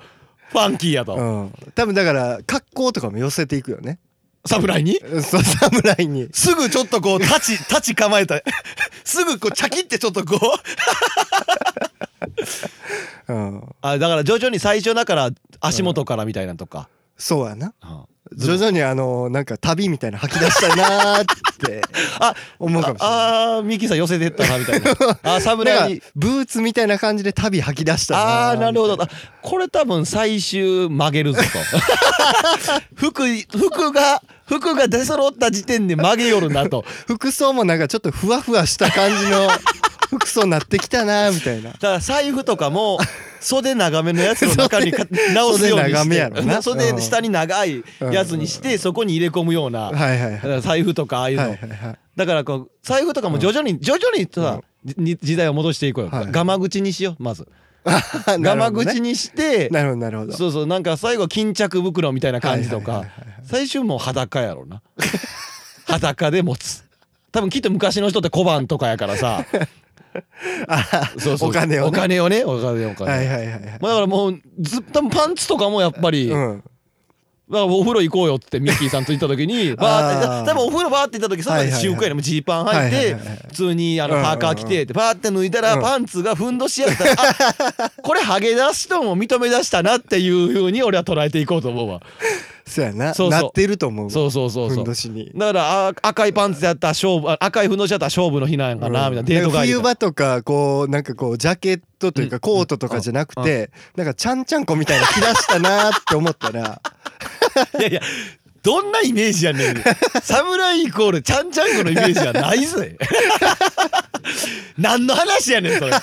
Speaker 2: ファンキーやと、
Speaker 1: うん多分だから格好とかも寄せていくよね
Speaker 2: 侍に
Speaker 1: うんそう侍に
Speaker 2: すぐちょっとこう立ち (laughs) 立ち構えたすぐこうチャキってちょっとこう
Speaker 1: うん
Speaker 2: あだから徐々に最初だから足元からみたいなとか、
Speaker 1: そうやな
Speaker 2: うん
Speaker 1: 徐々にあのなんか旅みたいなの吐き出したいなー
Speaker 2: (laughs)
Speaker 1: って
Speaker 2: あ
Speaker 1: 思うかもしれない
Speaker 2: ああーミキさん寄せてったなみたいなあー侍
Speaker 1: な
Speaker 2: に
Speaker 1: んかブーツみたいな感じで旅吐き出したな
Speaker 2: ああーなるほど
Speaker 1: み
Speaker 2: あこれ多分最終曲げるぞと服服が服が出揃った時点で曲げよるなと
Speaker 1: たいな服装もなんかちょっとふわふわした感じ
Speaker 2: (laughs)
Speaker 1: の服装になってきたなーみたいな
Speaker 2: だから財布とかも袖長めのやつの中にか直すように
Speaker 1: 袖長めやろ
Speaker 2: して
Speaker 1: な
Speaker 2: 袖下に長いやつにしてそこに入れ込むような
Speaker 1: はいはい
Speaker 2: だ
Speaker 1: はい
Speaker 2: から財布とかああいう
Speaker 1: はい
Speaker 2: の
Speaker 1: はいはい
Speaker 2: だからこう財布とかも徐々に徐々にさに時代を戻していこうよ
Speaker 1: はい
Speaker 2: ガマ口にしようまず (laughs)
Speaker 1: あ
Speaker 2: ガ
Speaker 1: なる
Speaker 2: マ
Speaker 1: ほどね
Speaker 2: 口にして
Speaker 1: なるほどなるほど
Speaker 2: そうそうなんか最後巾着袋みたいな感じと
Speaker 1: はい
Speaker 2: か
Speaker 1: はいはい
Speaker 2: 最終もう裸やろな (laughs) 裸で持つ多分きっと昔の人って小判とかやからさ
Speaker 1: あ
Speaker 2: そうそう
Speaker 1: お金をね
Speaker 2: お金をねお金お金、
Speaker 1: はいはいはいはい
Speaker 2: まあ、だからもうず多分パンツとかもやっぱり、
Speaker 1: うん
Speaker 2: だからお風呂行こうよってミッキーさんと言った
Speaker 1: (laughs)
Speaker 2: 時にバーっ
Speaker 1: あー
Speaker 2: て多分お風呂バーって行った時その
Speaker 1: はいはいはい
Speaker 2: 私服やねもうジーパン履い
Speaker 1: はい
Speaker 2: て
Speaker 1: はいはいはい
Speaker 2: 普通にあの
Speaker 1: うんうん
Speaker 2: パ
Speaker 1: うん
Speaker 2: ーカー着てってバーって脱いだら
Speaker 1: うん
Speaker 2: パンツがふんどしやったら、あこれハゲ出しとも認め出したなっていうふうに俺は捉えていこうと思うわ。
Speaker 1: そうやな
Speaker 2: そうそう
Speaker 1: なってると思う
Speaker 2: そうそうそうそう
Speaker 1: ふんどしに
Speaker 2: だからあ赤いパンツやったら勝負あ赤いふんどしやったら勝負の日なんかな、
Speaker 1: うん
Speaker 2: みたいなデート
Speaker 1: なんか
Speaker 2: が
Speaker 1: 冬場とかこうなんかこうジャケットというかコートとかじゃなくてなんかちゃんちゃんこみたいな着だしたなーって思った
Speaker 2: (laughs)
Speaker 1: ら
Speaker 2: いやいやどんなイメージやねん侍イコールちゃんちゃんこのイメージはないぜ (laughs) 何の話やねんそれ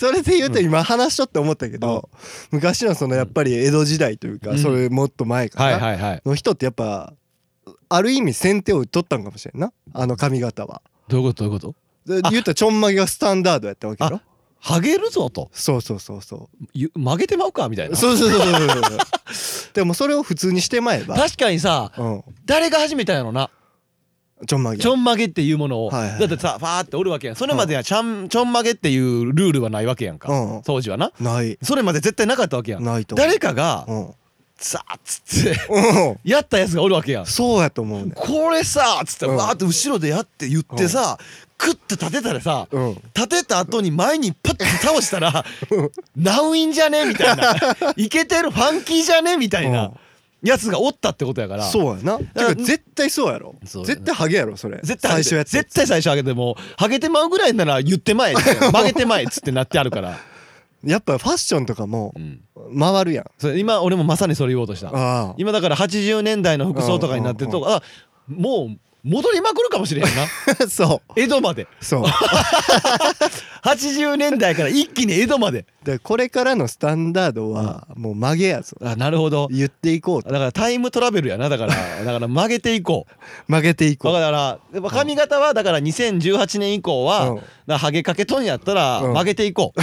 Speaker 1: それで言うと今話しとって思ったけど昔のそのやっぱり江戸時代という
Speaker 2: う
Speaker 1: か
Speaker 2: ん
Speaker 1: それもっと前かない
Speaker 2: はい
Speaker 1: の人ってやっぱある意味先手を打っとったんかもしれんなあの髪型は。
Speaker 2: どういうことどういうこと
Speaker 1: で言ったらちょんまげがスタンダードやったわけやろ
Speaker 2: あハゲるぞと
Speaker 1: そうそうそうそう
Speaker 2: ゆ曲げてまうかみたいな
Speaker 1: そうそうそうそう
Speaker 2: (laughs)
Speaker 1: そうそうでもそれを普通にしてまえば
Speaker 2: 確かにさ
Speaker 1: うん
Speaker 2: 誰が始めたんやろな
Speaker 1: ちょんまげ
Speaker 2: ちょんまげっていうものを、
Speaker 1: はいはい
Speaker 2: だってさファーっておるわけやんそれまではちゃんちょんまげっていうルールはないわけやんか、
Speaker 1: うんうん
Speaker 2: 当時はな
Speaker 1: ない
Speaker 2: それまで絶対なかったわけやん
Speaker 1: ないと思う
Speaker 2: 誰かが
Speaker 1: うんうん
Speaker 2: さあっつってやったやつがおるわけやん
Speaker 1: そうやと思うね
Speaker 2: これさっつって
Speaker 1: うん
Speaker 2: わーって後ろでやって言ってさクッて立てたらさ
Speaker 1: うん
Speaker 2: 立てた後に前にパッて倒したら「ナウインじゃね?」みた
Speaker 1: (laughs)
Speaker 2: いな「イケてるファンキーじゃね?」みたいうなんやつがおったってことやから
Speaker 1: そうやなて
Speaker 2: ら
Speaker 1: か絶対そうやろ
Speaker 2: そうやな
Speaker 1: 絶対ハゲやろそれ
Speaker 2: 絶対
Speaker 1: 最初やって
Speaker 2: 絶対最初上げてもハゲてまうぐらいなら言ってまえって曲げてまえっつってなってあるから、
Speaker 1: やっぱファッションとかも
Speaker 2: うん、
Speaker 1: 回るやん
Speaker 2: それ今俺もまさにそれ言おうとした
Speaker 1: ああ
Speaker 2: 今だから80年代の服装とかになってるとあもう戻りまくるかもしれへん
Speaker 1: (laughs)
Speaker 2: な
Speaker 1: そ
Speaker 2: 江戸まで
Speaker 1: う
Speaker 2: (laughs)
Speaker 1: そう
Speaker 2: 80年代から一気に江戸まで
Speaker 1: でこれからのスタンダードはもう曲げやぞ
Speaker 2: あなるほど
Speaker 1: 言っていこう
Speaker 2: だからタイムトラベルやな
Speaker 1: (laughs)
Speaker 2: だからだから曲げていこう
Speaker 1: 曲げていこ
Speaker 2: だ
Speaker 1: う
Speaker 2: からやっぱ髪型はだから2018年以降は
Speaker 1: うん
Speaker 2: だからハゲかけとんやったら
Speaker 1: うん
Speaker 2: 曲げて
Speaker 1: (laughs)
Speaker 2: いこう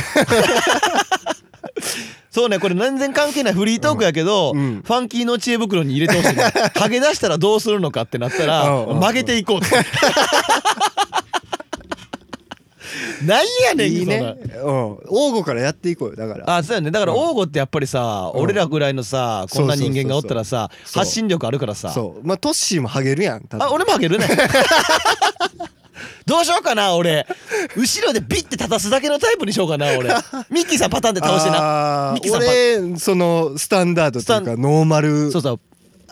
Speaker 2: そうねこれ全然関係ないフリートークやけど、
Speaker 1: うんうん
Speaker 2: ファンキーの知恵袋に入れてほしい
Speaker 1: (laughs)
Speaker 2: ねハゲ出したらどうするのかってなったら
Speaker 1: うんうんうん
Speaker 2: 曲げていこうって
Speaker 1: (laughs)
Speaker 2: なんやねん
Speaker 1: いいね
Speaker 2: そんな
Speaker 1: うん王吾からやっていこうよだから
Speaker 2: あそうやねだから
Speaker 1: うん
Speaker 2: 王吾ってやっぱりさ、
Speaker 1: うん
Speaker 2: 俺らぐらいのさこんな人間がおったらさ
Speaker 1: そうそうそうそう
Speaker 2: 発信力あるからさ
Speaker 1: そうまあトッシーもハゲるやん多分
Speaker 2: あ俺もあげるね
Speaker 1: (laughs)
Speaker 2: どうしようかな俺後ろでビッて立たすだけのタイプにしようかな俺ミッキーさんパターンで倒してな
Speaker 1: あー
Speaker 2: ミキさんパ
Speaker 1: 俺そのスタンダードという
Speaker 2: スタ
Speaker 1: かノーマル
Speaker 2: そうそう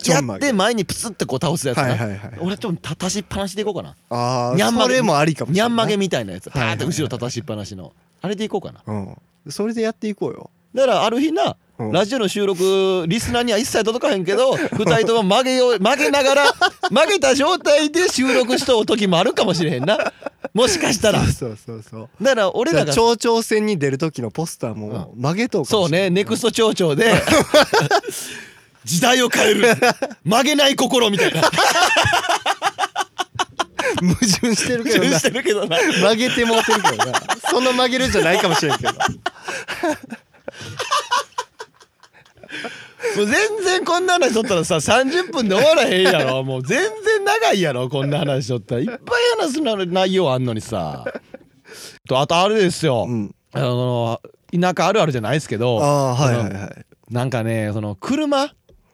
Speaker 1: ち
Speaker 2: や
Speaker 1: ょんま
Speaker 2: っ
Speaker 1: げ
Speaker 2: て前にプスってこう倒すやつな、
Speaker 1: はいはいはい
Speaker 2: 俺ちょっと立たしっぱなしでいこうかな
Speaker 1: あ
Speaker 2: にゃ
Speaker 1: あ
Speaker 2: んま
Speaker 1: そ
Speaker 2: げ
Speaker 1: れもありかもし
Speaker 2: に
Speaker 1: れ
Speaker 2: ゃ
Speaker 1: ない
Speaker 2: んまげみたいなやつパ
Speaker 1: はい
Speaker 2: ー
Speaker 1: は
Speaker 2: っ
Speaker 1: い
Speaker 2: て後ろ立たしっぱなしのあれでいこうかな
Speaker 1: うんそれでやっていこうよ
Speaker 2: だからある日な、
Speaker 1: うん
Speaker 2: ラジオの収録リスナーには一切届かへんけど
Speaker 1: (laughs)
Speaker 2: 二人とも曲げよう曲げながら曲げた状態で収録しとう時もあるかもしれへんなもしかしたらだか
Speaker 1: そうそうそう
Speaker 2: ら俺らが
Speaker 1: 町長選に出る時のポスターも曲げとうか
Speaker 2: そ
Speaker 1: も
Speaker 2: う
Speaker 1: しれ
Speaker 2: ねネクスト町長で時代を変える曲げない心みたい
Speaker 1: (laughs)
Speaker 2: な
Speaker 1: ん (laughs) 矛盾してるけどな
Speaker 2: してるけどな
Speaker 1: 曲げてもうてるけどなその曲げるんじゃないかもしれん
Speaker 2: (laughs)
Speaker 1: けど
Speaker 2: もう全然こんな話しとったらさ30分で終わらへんやろもう全然長いやろこんな話しとったらいっぱい話すな内容あんのにさとあとあれですよ、
Speaker 1: うん
Speaker 2: あの田舎あるあるじゃないですけど
Speaker 1: ああはいはいはい
Speaker 2: なんかねその車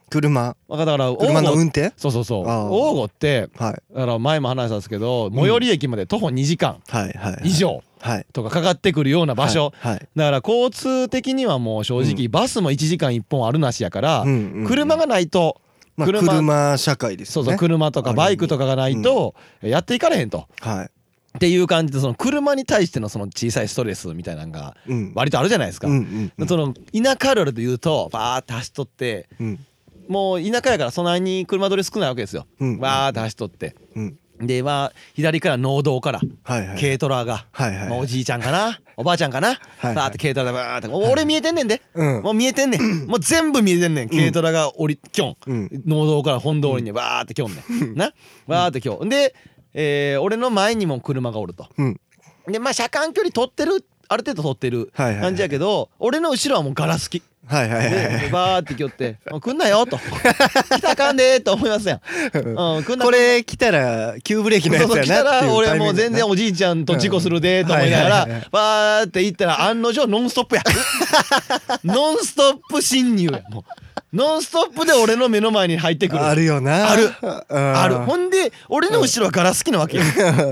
Speaker 1: 車
Speaker 2: だから
Speaker 1: 車の運転
Speaker 2: そうそうそう
Speaker 1: あー
Speaker 2: 王吾って
Speaker 1: はい
Speaker 2: だから前も話したんですけど最寄り駅まで徒歩2時間
Speaker 1: はいはいはい
Speaker 2: 以上
Speaker 1: はい
Speaker 2: とかかかってくるような場所、
Speaker 1: はいはい
Speaker 2: だから交通的にはもう正直バスも1時間1本あるなしやから
Speaker 1: うんうんうん
Speaker 2: 車がないと
Speaker 1: まあ
Speaker 2: 車
Speaker 1: 車社会です
Speaker 2: そう
Speaker 1: よ
Speaker 2: そう
Speaker 1: ね
Speaker 2: 車と
Speaker 1: あ
Speaker 2: か
Speaker 1: る意味
Speaker 2: バイクとかがないとやっていかれへんと
Speaker 1: はい
Speaker 2: っていう感じでその車に対してのその小さいストレスみたいなのが
Speaker 1: うん
Speaker 2: 割とあるじゃないですか
Speaker 1: うん。うんうん
Speaker 2: その田舎あるあるで言うとバーって走っとって
Speaker 1: うん
Speaker 2: もう田舎やからそんなに車通り少ないわけですよ。
Speaker 1: うん
Speaker 2: バーって走っとって
Speaker 1: うん
Speaker 2: でまあ左から農道から
Speaker 1: はいはい
Speaker 2: 軽トラが、
Speaker 1: はいはい
Speaker 2: まあおじいちゃんかなおばあちゃんかな
Speaker 1: はい
Speaker 2: バーって軽トラでバーって俺見えてんねんで、
Speaker 1: うん
Speaker 2: もう見えてんねん、もう全部見えてんねん軽トラが降りきょん、
Speaker 1: うん
Speaker 2: 農道から本通りにバーってきょんねん、なバーってきょんで、えー俺の前にも車がおると
Speaker 1: うん
Speaker 2: でまあ車間距離取ってるある程度取ってる
Speaker 1: はいはいはい
Speaker 2: 感じやけど、俺の後ろはもうガラスき
Speaker 1: はいはいはいは (laughs)
Speaker 2: で
Speaker 1: い
Speaker 2: バーってきょって (laughs) 「もう来んなよ」と「来たらあかんで」と思いますやん、うん、来ん
Speaker 1: (laughs)
Speaker 2: な
Speaker 1: これ来たら急ブレーキの
Speaker 2: そう
Speaker 1: やつ
Speaker 2: (laughs) そう来た
Speaker 1: やなってい
Speaker 2: ら
Speaker 1: う
Speaker 2: 俺
Speaker 1: タイミング
Speaker 2: もう全然おじいちゃんと事故するでと思いなが
Speaker 1: うんはいはい
Speaker 2: ら
Speaker 1: は
Speaker 2: バーって行ったら案の定ノンストップや
Speaker 1: (laughs)
Speaker 2: ノンストップ侵入やもうノンストップで俺の目の前に入ってくる
Speaker 1: あるよな
Speaker 2: ある
Speaker 1: あ
Speaker 2: あるほんで俺の後ろはガラス機なわけよ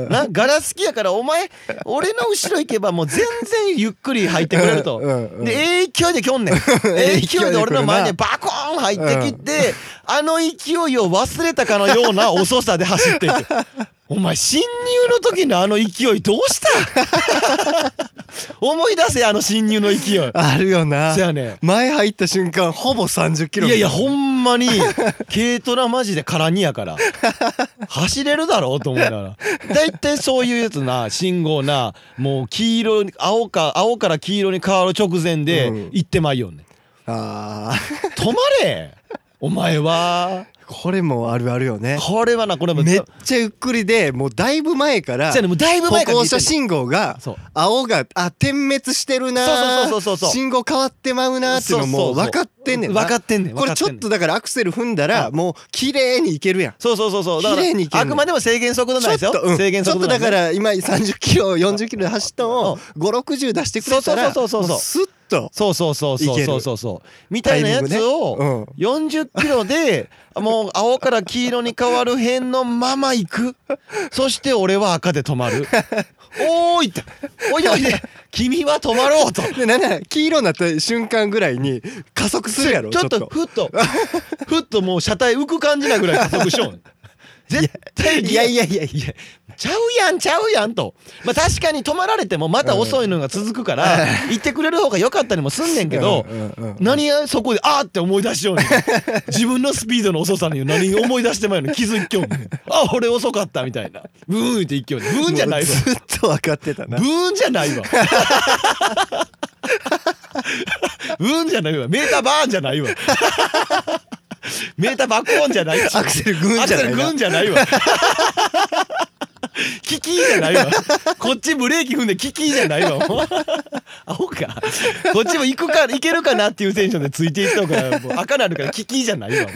Speaker 2: なガラス機やからお前俺の後ろ行けばもう全然ゆっくり入ってくれると
Speaker 1: うんうん
Speaker 2: で勢いできょんねん勢いで俺の前にバコーン入ってきてあの勢いを忘れたかのような遅さで走っていくお前侵入の時のあの勢いどうした (laughs) 思い出せあの侵入の勢い
Speaker 1: あるよな
Speaker 2: そやねん
Speaker 1: 前入った瞬間ほぼ30キロ
Speaker 2: いやいやほんまに
Speaker 1: (laughs)
Speaker 2: 軽トラマジで空にやから走れるだろうと思いながら大体そういうやつな信号なもう黄色に青か青から黄色に変わる直前で
Speaker 1: うん
Speaker 2: 行ってまいよんねん
Speaker 1: あー
Speaker 2: 止まれお前は
Speaker 1: (laughs) これもあるあるよね
Speaker 2: これはなこれも
Speaker 1: めっちゃゆっくりでもうだいぶ前から
Speaker 2: そうやねもうだいぶ
Speaker 1: 歩
Speaker 2: 前から
Speaker 1: 行者信号が
Speaker 2: そう
Speaker 1: 青があ点滅してるなー
Speaker 2: そうそうそうそうそう
Speaker 1: 信号変わってまうなーっていうの
Speaker 2: そ
Speaker 1: も
Speaker 2: うそうそう
Speaker 1: 分かってんねんな
Speaker 2: 分かってんねん
Speaker 1: これちょっとだからアクセル踏んだら
Speaker 2: う
Speaker 1: もう綺麗にいけるやん
Speaker 2: そうそうそうそうだか
Speaker 1: 綺麗にいけ
Speaker 2: ら
Speaker 1: ん
Speaker 2: あ
Speaker 1: の
Speaker 2: くまでも制限速度なんです
Speaker 1: ちょ
Speaker 2: よ
Speaker 1: っと、うん
Speaker 2: 制限
Speaker 1: ちょ
Speaker 2: 速
Speaker 1: っと
Speaker 2: 度なん
Speaker 1: だ
Speaker 2: です
Speaker 1: か
Speaker 2: よ
Speaker 1: ら今30キロ40キロで走ったのを560出してくれたら
Speaker 2: そうそうそうそうそう
Speaker 1: もスッと
Speaker 2: そうそうそう
Speaker 1: い
Speaker 2: そう
Speaker 1: ける
Speaker 2: そうそうそうみたいなやつ
Speaker 1: タイミン
Speaker 2: を
Speaker 1: グね
Speaker 2: 40キロでもう青から黄色に変わる辺のまま行くそして俺は赤で止ま
Speaker 1: (laughs)
Speaker 2: るおーいっておいでおいで君は止まろうと
Speaker 1: でなんなら黄色になった瞬間ぐらいに加速するやろ
Speaker 2: ちょっとふっとふっともう車体浮く感じなぐらい加速しよう絶対
Speaker 1: (laughs) いやいやいやい
Speaker 2: いやちゃうやんちゃうやんと、まあ、確かに止まられてもまた遅いのが続くから行ってくれる方が良かったりもすんねんけど
Speaker 1: うんうんうんうん
Speaker 2: 何やそこであーって思い出
Speaker 1: (laughs)
Speaker 2: しようねん自分のスピードの遅さに何思い出してまいのに気づきようねんあ俺遅かったみたいなブーンって行きようねんブーンじゃないわ
Speaker 1: もうずっと分かってたな
Speaker 2: ブーンじゃないわブーンじゃないわメーターバーンじゃないわメーターバックオンじゃないし
Speaker 1: アクセルグーンじゃないな
Speaker 2: アクセルグーンじゃないわ (laughs) キキーじゃないわこっちブレーキ踏んでキキーじゃないわもうアホかこっちも行くか行けるかなっていうテンションでついていった方がもう赤なるからキキーじゃな
Speaker 1: (laughs)
Speaker 2: いわもう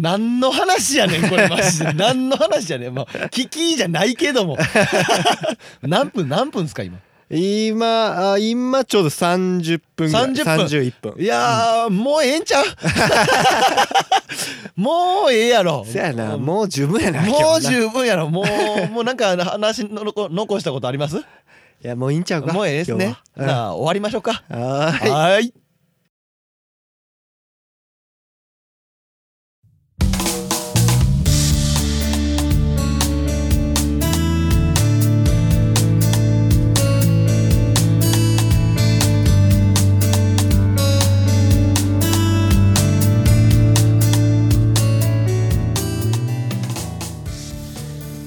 Speaker 2: 何の話やねんこれマジで何の話やねんもうキキーじゃないけども何分何分ですか今
Speaker 1: 今あ今ちょうど30分ぐらい
Speaker 2: 30分
Speaker 1: 31分
Speaker 2: いやー、もうええんちゃう (laughs) もうええやろ
Speaker 1: そやなもう十分やな
Speaker 2: も
Speaker 1: 今
Speaker 2: う
Speaker 1: 日な
Speaker 2: 十分やろもうもうなんか話の残残したことあります
Speaker 1: いやもういいんちゃうか
Speaker 2: もうええですね
Speaker 1: 今
Speaker 2: じ
Speaker 1: 日は
Speaker 2: ゃあ終わりましょうか
Speaker 1: うんはーい
Speaker 2: はーい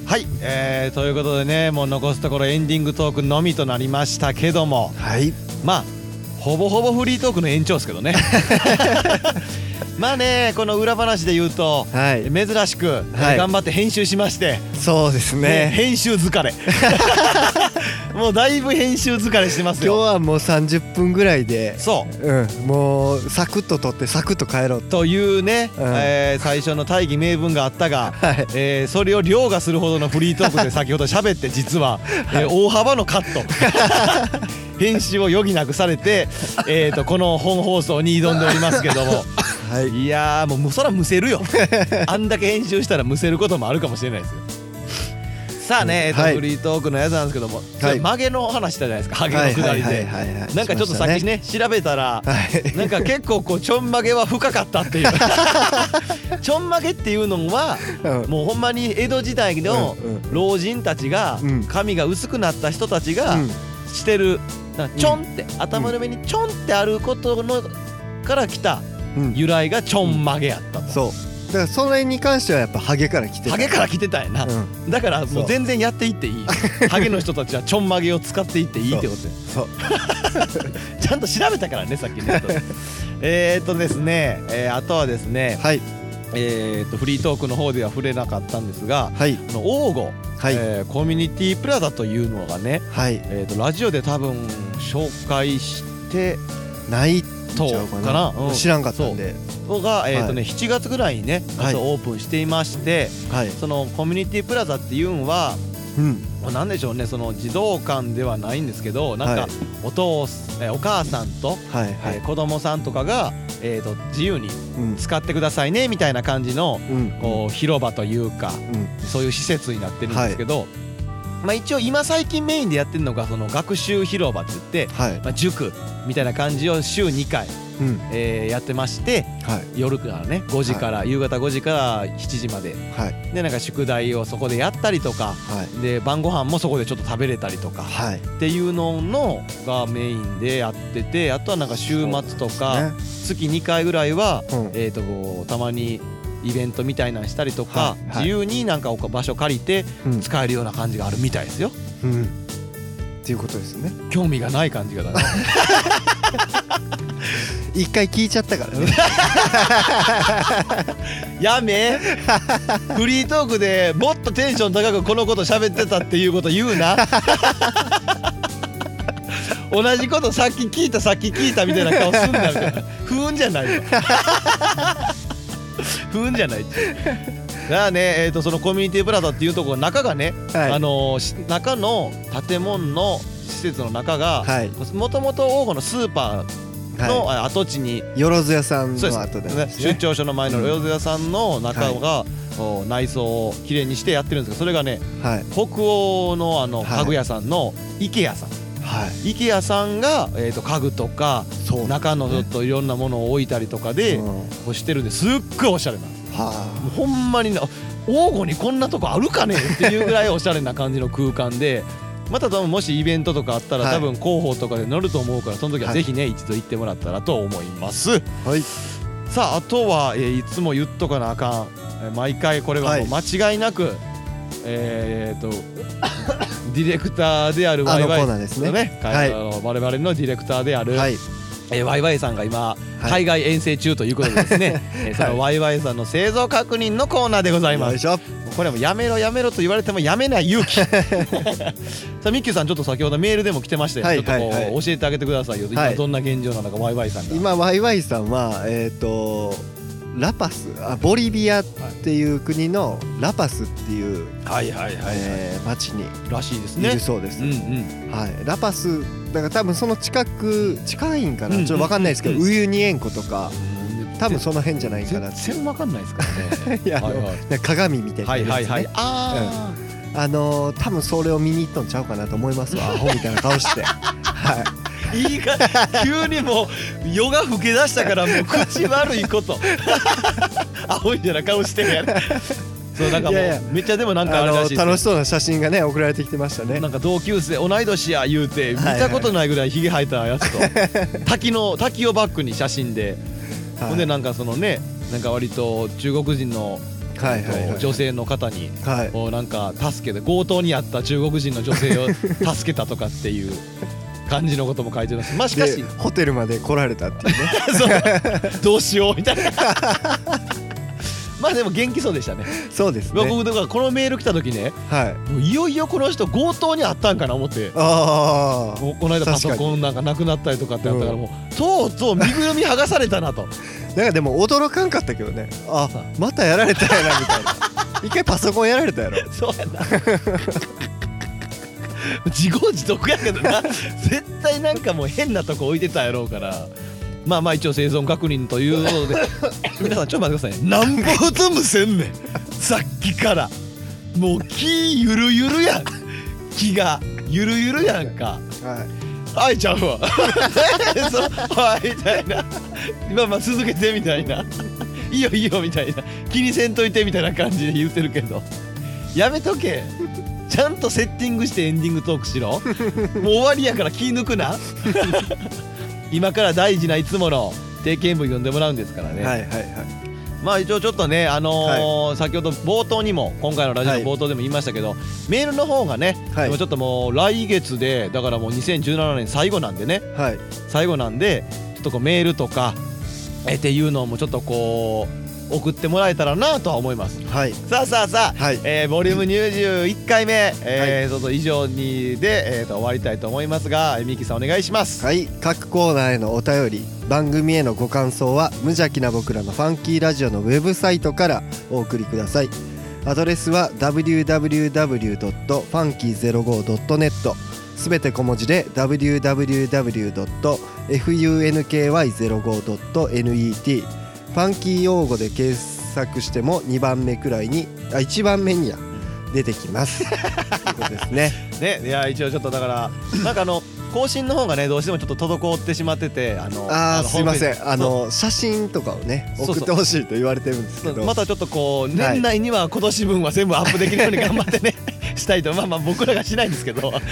Speaker 2: はい、えーということでねもう残すところエンディングトークのみとなりましたけども
Speaker 1: はい
Speaker 2: まあほぼほぼフリートークの延長ですけど
Speaker 1: (laughs)
Speaker 2: ねまあねこの裏話で言うと、
Speaker 1: はい
Speaker 2: 珍しく、
Speaker 1: はい
Speaker 2: 頑張って編集しまして、
Speaker 1: そうです
Speaker 2: ね
Speaker 1: ね
Speaker 2: 編集
Speaker 1: (laughs)
Speaker 2: 疲れもうだいぶ編集疲れしてます
Speaker 1: 今日
Speaker 2: よ
Speaker 1: はもう30分ぐらいで
Speaker 2: そう
Speaker 1: うんもうサクッと撮ってサクッと帰ろう
Speaker 2: というね、
Speaker 1: うん
Speaker 2: えー最初の大義名分があったが、
Speaker 1: はい
Speaker 2: えーそれを凌駕するほどのフリートー
Speaker 1: (laughs)
Speaker 2: クで先ほど喋って実は、えー大幅のカット
Speaker 1: (laughs)
Speaker 2: 編集を余儀なくされて、えー、とこの本放送に挑んでおりますけども。
Speaker 1: はい
Speaker 2: いやーもうむそらむ
Speaker 1: (laughs)
Speaker 2: せるよあんだけ編集したらむせることもあるかもしれないですよさあね、えっと
Speaker 1: はい
Speaker 2: フリートークのやつなんですけども、
Speaker 1: はい
Speaker 2: 曲げの話したじゃないですかハゲ
Speaker 1: はい
Speaker 2: のくだり
Speaker 1: は
Speaker 2: で
Speaker 1: いはいはいはい
Speaker 2: なんかちょっとさっきね調べたら、
Speaker 1: はい
Speaker 2: なんか結構こうちょんまげは深かったっていう
Speaker 1: (laughs)
Speaker 2: ちょんまげっていうのは
Speaker 1: うん
Speaker 2: もうほんまに江戸時代の
Speaker 1: うんうん
Speaker 2: 老人たちが
Speaker 1: うん
Speaker 2: 髪が薄くなった人たちが
Speaker 1: うん
Speaker 2: してるなんかちょんって頭の上にちょんってあることのから来た
Speaker 1: うん
Speaker 2: 由来がちょんまげやったと、
Speaker 1: そうだからそれに関してはやっぱハゲから来て
Speaker 2: ハゲから来てたんやな、
Speaker 1: うん
Speaker 2: だからも
Speaker 1: そうう
Speaker 2: 全然やっていってい (laughs) いハゲの人たちはちょんまげを使っていっていいってことで
Speaker 1: そう
Speaker 2: (laughs) ちゃんと調べたからねさっきね (laughs) えーっとですね、えーあとはですね
Speaker 1: はい
Speaker 2: えーっとフリートークの方では触れなかったんですが
Speaker 1: はい
Speaker 2: あの王吾、
Speaker 1: はい
Speaker 2: えーコミュニティプラザというのがね、
Speaker 1: はい
Speaker 2: えーっとラジオで多分紹介して
Speaker 1: ないんちゃうかな
Speaker 2: そうかなうん
Speaker 1: 知らんかったんで
Speaker 2: ここが、えーっとね7月ぐらいにね、
Speaker 1: はい
Speaker 2: そうオープンしていまして
Speaker 1: はい
Speaker 2: そのコミュニティプラザっていうのは
Speaker 1: うん
Speaker 2: まあなんでしょうねその児童館ではないんですけどなん
Speaker 1: は
Speaker 2: か
Speaker 1: い
Speaker 2: お父す、えーお母さんと、
Speaker 1: はいは
Speaker 2: え
Speaker 1: い
Speaker 2: ー子供さんとかが、えー、と自由に
Speaker 1: うん
Speaker 2: 使ってくださいねみたいな感じの
Speaker 1: うん
Speaker 2: こう広場というか
Speaker 1: うん
Speaker 2: そういう施設になってるんですけど、まあ、一応今最近メインでやってるのがその学習広場って言って、
Speaker 1: はい
Speaker 2: まあ、塾みたいな感じを週2回、
Speaker 1: うん
Speaker 2: えーやってまして
Speaker 1: はい
Speaker 2: 夜からね5時から、夕方5時から7時まで
Speaker 1: はい
Speaker 2: でなんか宿題をそこでやったりとか
Speaker 1: はい
Speaker 2: で晩ご飯もそこでちょっと食べれたりとか。
Speaker 1: はい
Speaker 2: っていうののがメインでやっててあとはなんか週末とか
Speaker 1: ね
Speaker 2: 月2回ぐらいは、
Speaker 1: うん
Speaker 2: えー、とこうたまにイベントみたいなのしたりとか、
Speaker 1: はいはい
Speaker 2: 自由になんかお場所借りて
Speaker 1: うん
Speaker 2: 使えるような感じがあるみたいですよ。
Speaker 1: うんっていうことですよね
Speaker 2: 興味がない感じがだな
Speaker 1: 一回聞いちゃった
Speaker 2: (laughs)
Speaker 1: からね
Speaker 2: やめ (laughs) フリートークでもっとテンション高くこのこと喋ってたっていうこと言うな (laughs) 同じことさっき聞いたさっき聞いたみたいな顔すんなみたいな不運じゃないよ (laughs) 不運じゃないっちゅうだからね、えー、とそのコミュニティプラザっていうところ中がね、
Speaker 1: はい
Speaker 2: あのーし中の建物の施設の中が、
Speaker 1: はい
Speaker 2: もともと大のスーパーの
Speaker 1: は
Speaker 2: あ跡地に
Speaker 1: いよろず屋さん
Speaker 2: そう
Speaker 1: の後で
Speaker 2: ですね出張所の前のロヨズ屋さんの中が、お内装をきれいにしてやってるんですけどそれがね
Speaker 1: はい
Speaker 2: 北欧のあの
Speaker 1: はい
Speaker 2: 家具屋さんの IKEA さん、
Speaker 1: はい
Speaker 2: IKEA さんが、えー、と家具とか
Speaker 1: そうなん
Speaker 2: 中のちょっといろんなものを置いたりとかで、
Speaker 1: うんは
Speaker 2: こうしてるんですっごいおしゃれなも
Speaker 1: あ
Speaker 2: うほんまにな王吾にこんなとこあるかねっていうぐらいおしゃれな感じの空間で。また多分もしイベントとかあったら、
Speaker 1: はい
Speaker 2: 多分広報とかで乗ると思うからその時はぜひね、一度行ってもらったらと思います。
Speaker 1: はい
Speaker 2: さああとは、えーいつも言っとかなあかん、えー毎回これはもう
Speaker 1: は
Speaker 2: 間違いなく、え
Speaker 1: (laughs)
Speaker 2: ーっとディレクターである
Speaker 1: あ
Speaker 2: ワイ
Speaker 1: のコ
Speaker 2: ワイ
Speaker 1: ーナーですねは
Speaker 2: はいい、あの我々のディレクターである、
Speaker 1: はい
Speaker 2: えーワイワイさんが今、
Speaker 1: はい
Speaker 2: 海外遠征中ということでで
Speaker 1: (laughs)
Speaker 2: すね、えーそのワイワイさんの製造確認のコーナーでございま
Speaker 1: よ
Speaker 2: す
Speaker 1: いしょ
Speaker 2: これはもうやめろやめろと言われてもやめない
Speaker 1: (laughs)
Speaker 2: 勇気さあミッキーさんちょっと先ほどメールでも来てまして、
Speaker 1: はい
Speaker 2: ちょっとこう、
Speaker 1: はいはい
Speaker 2: 教えてあげてくださいよ、
Speaker 1: は
Speaker 2: 今
Speaker 1: い
Speaker 2: どんな現状なのかワイワイさんが
Speaker 1: 今ワイワイさんはえっ、とラパスあボリビアっていう国のラパスっていう、
Speaker 2: はいはいはい、
Speaker 1: えー町に
Speaker 2: らしいです
Speaker 1: い
Speaker 2: ね
Speaker 1: るそうです、
Speaker 2: うんうん
Speaker 1: はい、ラパスだから多分その近く近いんかな、
Speaker 2: うん
Speaker 1: ちょっと分かんないですけど、
Speaker 2: うん
Speaker 1: ウユニ塩湖とか多分
Speaker 2: ぜ
Speaker 1: その辺じゃないかなって
Speaker 2: 全然わかんないですから
Speaker 1: (laughs)
Speaker 2: ね
Speaker 1: いやあの
Speaker 2: はいはい
Speaker 1: なんか鏡みたいな
Speaker 2: はい
Speaker 1: やつね、
Speaker 2: はいはいあ
Speaker 1: あのー多分それを見に行っとんちゃうかなと思い
Speaker 2: (laughs)
Speaker 1: ますわアホみたいな顔してはい
Speaker 2: あいいか
Speaker 1: (laughs)
Speaker 2: 急にもう夜が更け出したからもう口悪いこと (laughs) アホみたいな顔してるやんそうなんかも
Speaker 1: いやいや
Speaker 2: うめっちゃでもなんかあれらしいです
Speaker 1: あの
Speaker 2: よ
Speaker 1: 楽しそうな写真がね送られてきてましたね
Speaker 2: なんか同級生同い年や言うて見
Speaker 1: はいはい
Speaker 2: たことないぐらいひげ生えたやつと滝の滝をバックに写真で
Speaker 1: はい
Speaker 2: ほんでなんかそのねなんか割と中国人の
Speaker 1: はいはいはい
Speaker 2: 女性の方に
Speaker 1: はい
Speaker 2: もうなんか助けて強盗にあった中国人の女性を助けたとかっていう感じのことも書いてますまあしかし
Speaker 1: でホテルまで来られたっていうね
Speaker 2: (laughs) そうどうしようみたいな (laughs) まあでも元気そうでしたね
Speaker 1: そうですね
Speaker 2: 僕だからこのメール来た時ね
Speaker 1: はい
Speaker 2: もういよいよこの人強盗にあったんかな思って
Speaker 1: ああ
Speaker 2: ここの間
Speaker 1: 確
Speaker 2: パ
Speaker 1: か
Speaker 2: ソ
Speaker 1: に
Speaker 2: コンなんかなくなったりとかってあったから
Speaker 1: うん
Speaker 2: もうとうとう身ぐるみ剥がされたな (laughs) と
Speaker 1: なんかでも驚かんかったけどねあまたやられたやなみたいな一回パソコンやられたやろ
Speaker 2: そうやな自業自得やけどな絶対なんかもう変なとこ置いてたやろうからまあまあ一応生存確認ということ (laughs) で皆さんちょっと待ってくださいねなんぼほとむせんねんさっきからもう気ゆるゆるやん気がゆるゆるやんか
Speaker 1: はい
Speaker 2: 愛ちゃうわ (laughs) そうはいみたいな今まあ続けてみたいないいよいいよみたいな気にせんといてみたいな感じで言ってるけどやめとけちゃんとセッティングしてエンディングトークしろもう終わりやから気抜くな (laughs) 今から大事ないつもの定見文読んでもらうんですからね、
Speaker 1: はいはいはい
Speaker 2: まあ一応ちょっとね、あのー先ほど冒頭にも今回のラジオの冒頭でも言いましたけど、メールの方がね、
Speaker 1: はい
Speaker 2: でもちょっともう来月でだからもう2017年最後なんでね
Speaker 1: はい
Speaker 2: 最後なんでちょっとこうメールとかえっていうのもちょっとこう送ってもらえたらなとは思います
Speaker 1: はい
Speaker 2: さあさあさあ、
Speaker 1: はい
Speaker 2: えーボリューム21回目、えーちょっと以上にで、えーと終わりたいと思いますがえーミキさんお願いします
Speaker 1: はい各コーナーへのお便り番組へのご感想は無邪気な僕らのファンキーラジオのウェブサイトからお送りくださいアドレスは www.funky05.net すべて小文字で www.funky05.net ファンキー用語で検索しても2番目くらいにあ1番目には出てき (laughs) ますということですね
Speaker 2: ねいや一応ちょっとだからなんかあの更新の方がねどうしてもちょっと滞ってしまっててあの
Speaker 1: あ
Speaker 2: あ
Speaker 1: ー
Speaker 2: の
Speaker 1: すいませ
Speaker 2: ホームペー
Speaker 1: ん
Speaker 2: ジ
Speaker 1: あの写真とかをね
Speaker 2: そうそ
Speaker 1: 送
Speaker 2: う
Speaker 1: ってほしいと言われてるんですけど
Speaker 2: またちょっとこう
Speaker 1: はい
Speaker 2: 年内には今年分は全部アップできるように頑張ってねしたいとまあまあ僕らがしないんですけど
Speaker 1: はい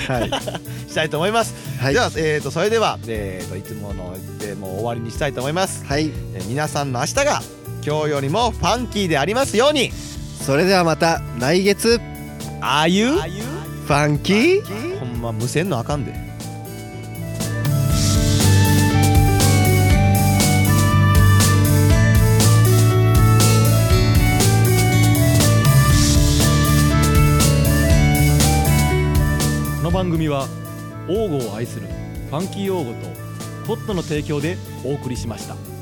Speaker 2: したいと思います、
Speaker 1: はい
Speaker 2: では、えー、とそれでは、えー、といつものでもう終わりにしたいと思います、
Speaker 1: はい
Speaker 2: えー皆さんの明日が今日よりもファンキーでありますように
Speaker 1: それではまた来月
Speaker 2: ああいう
Speaker 1: ファンキー
Speaker 2: ほんままむせんのあかんでこの番組は王語を愛するファンキー王語とトットの提供でお送りしました。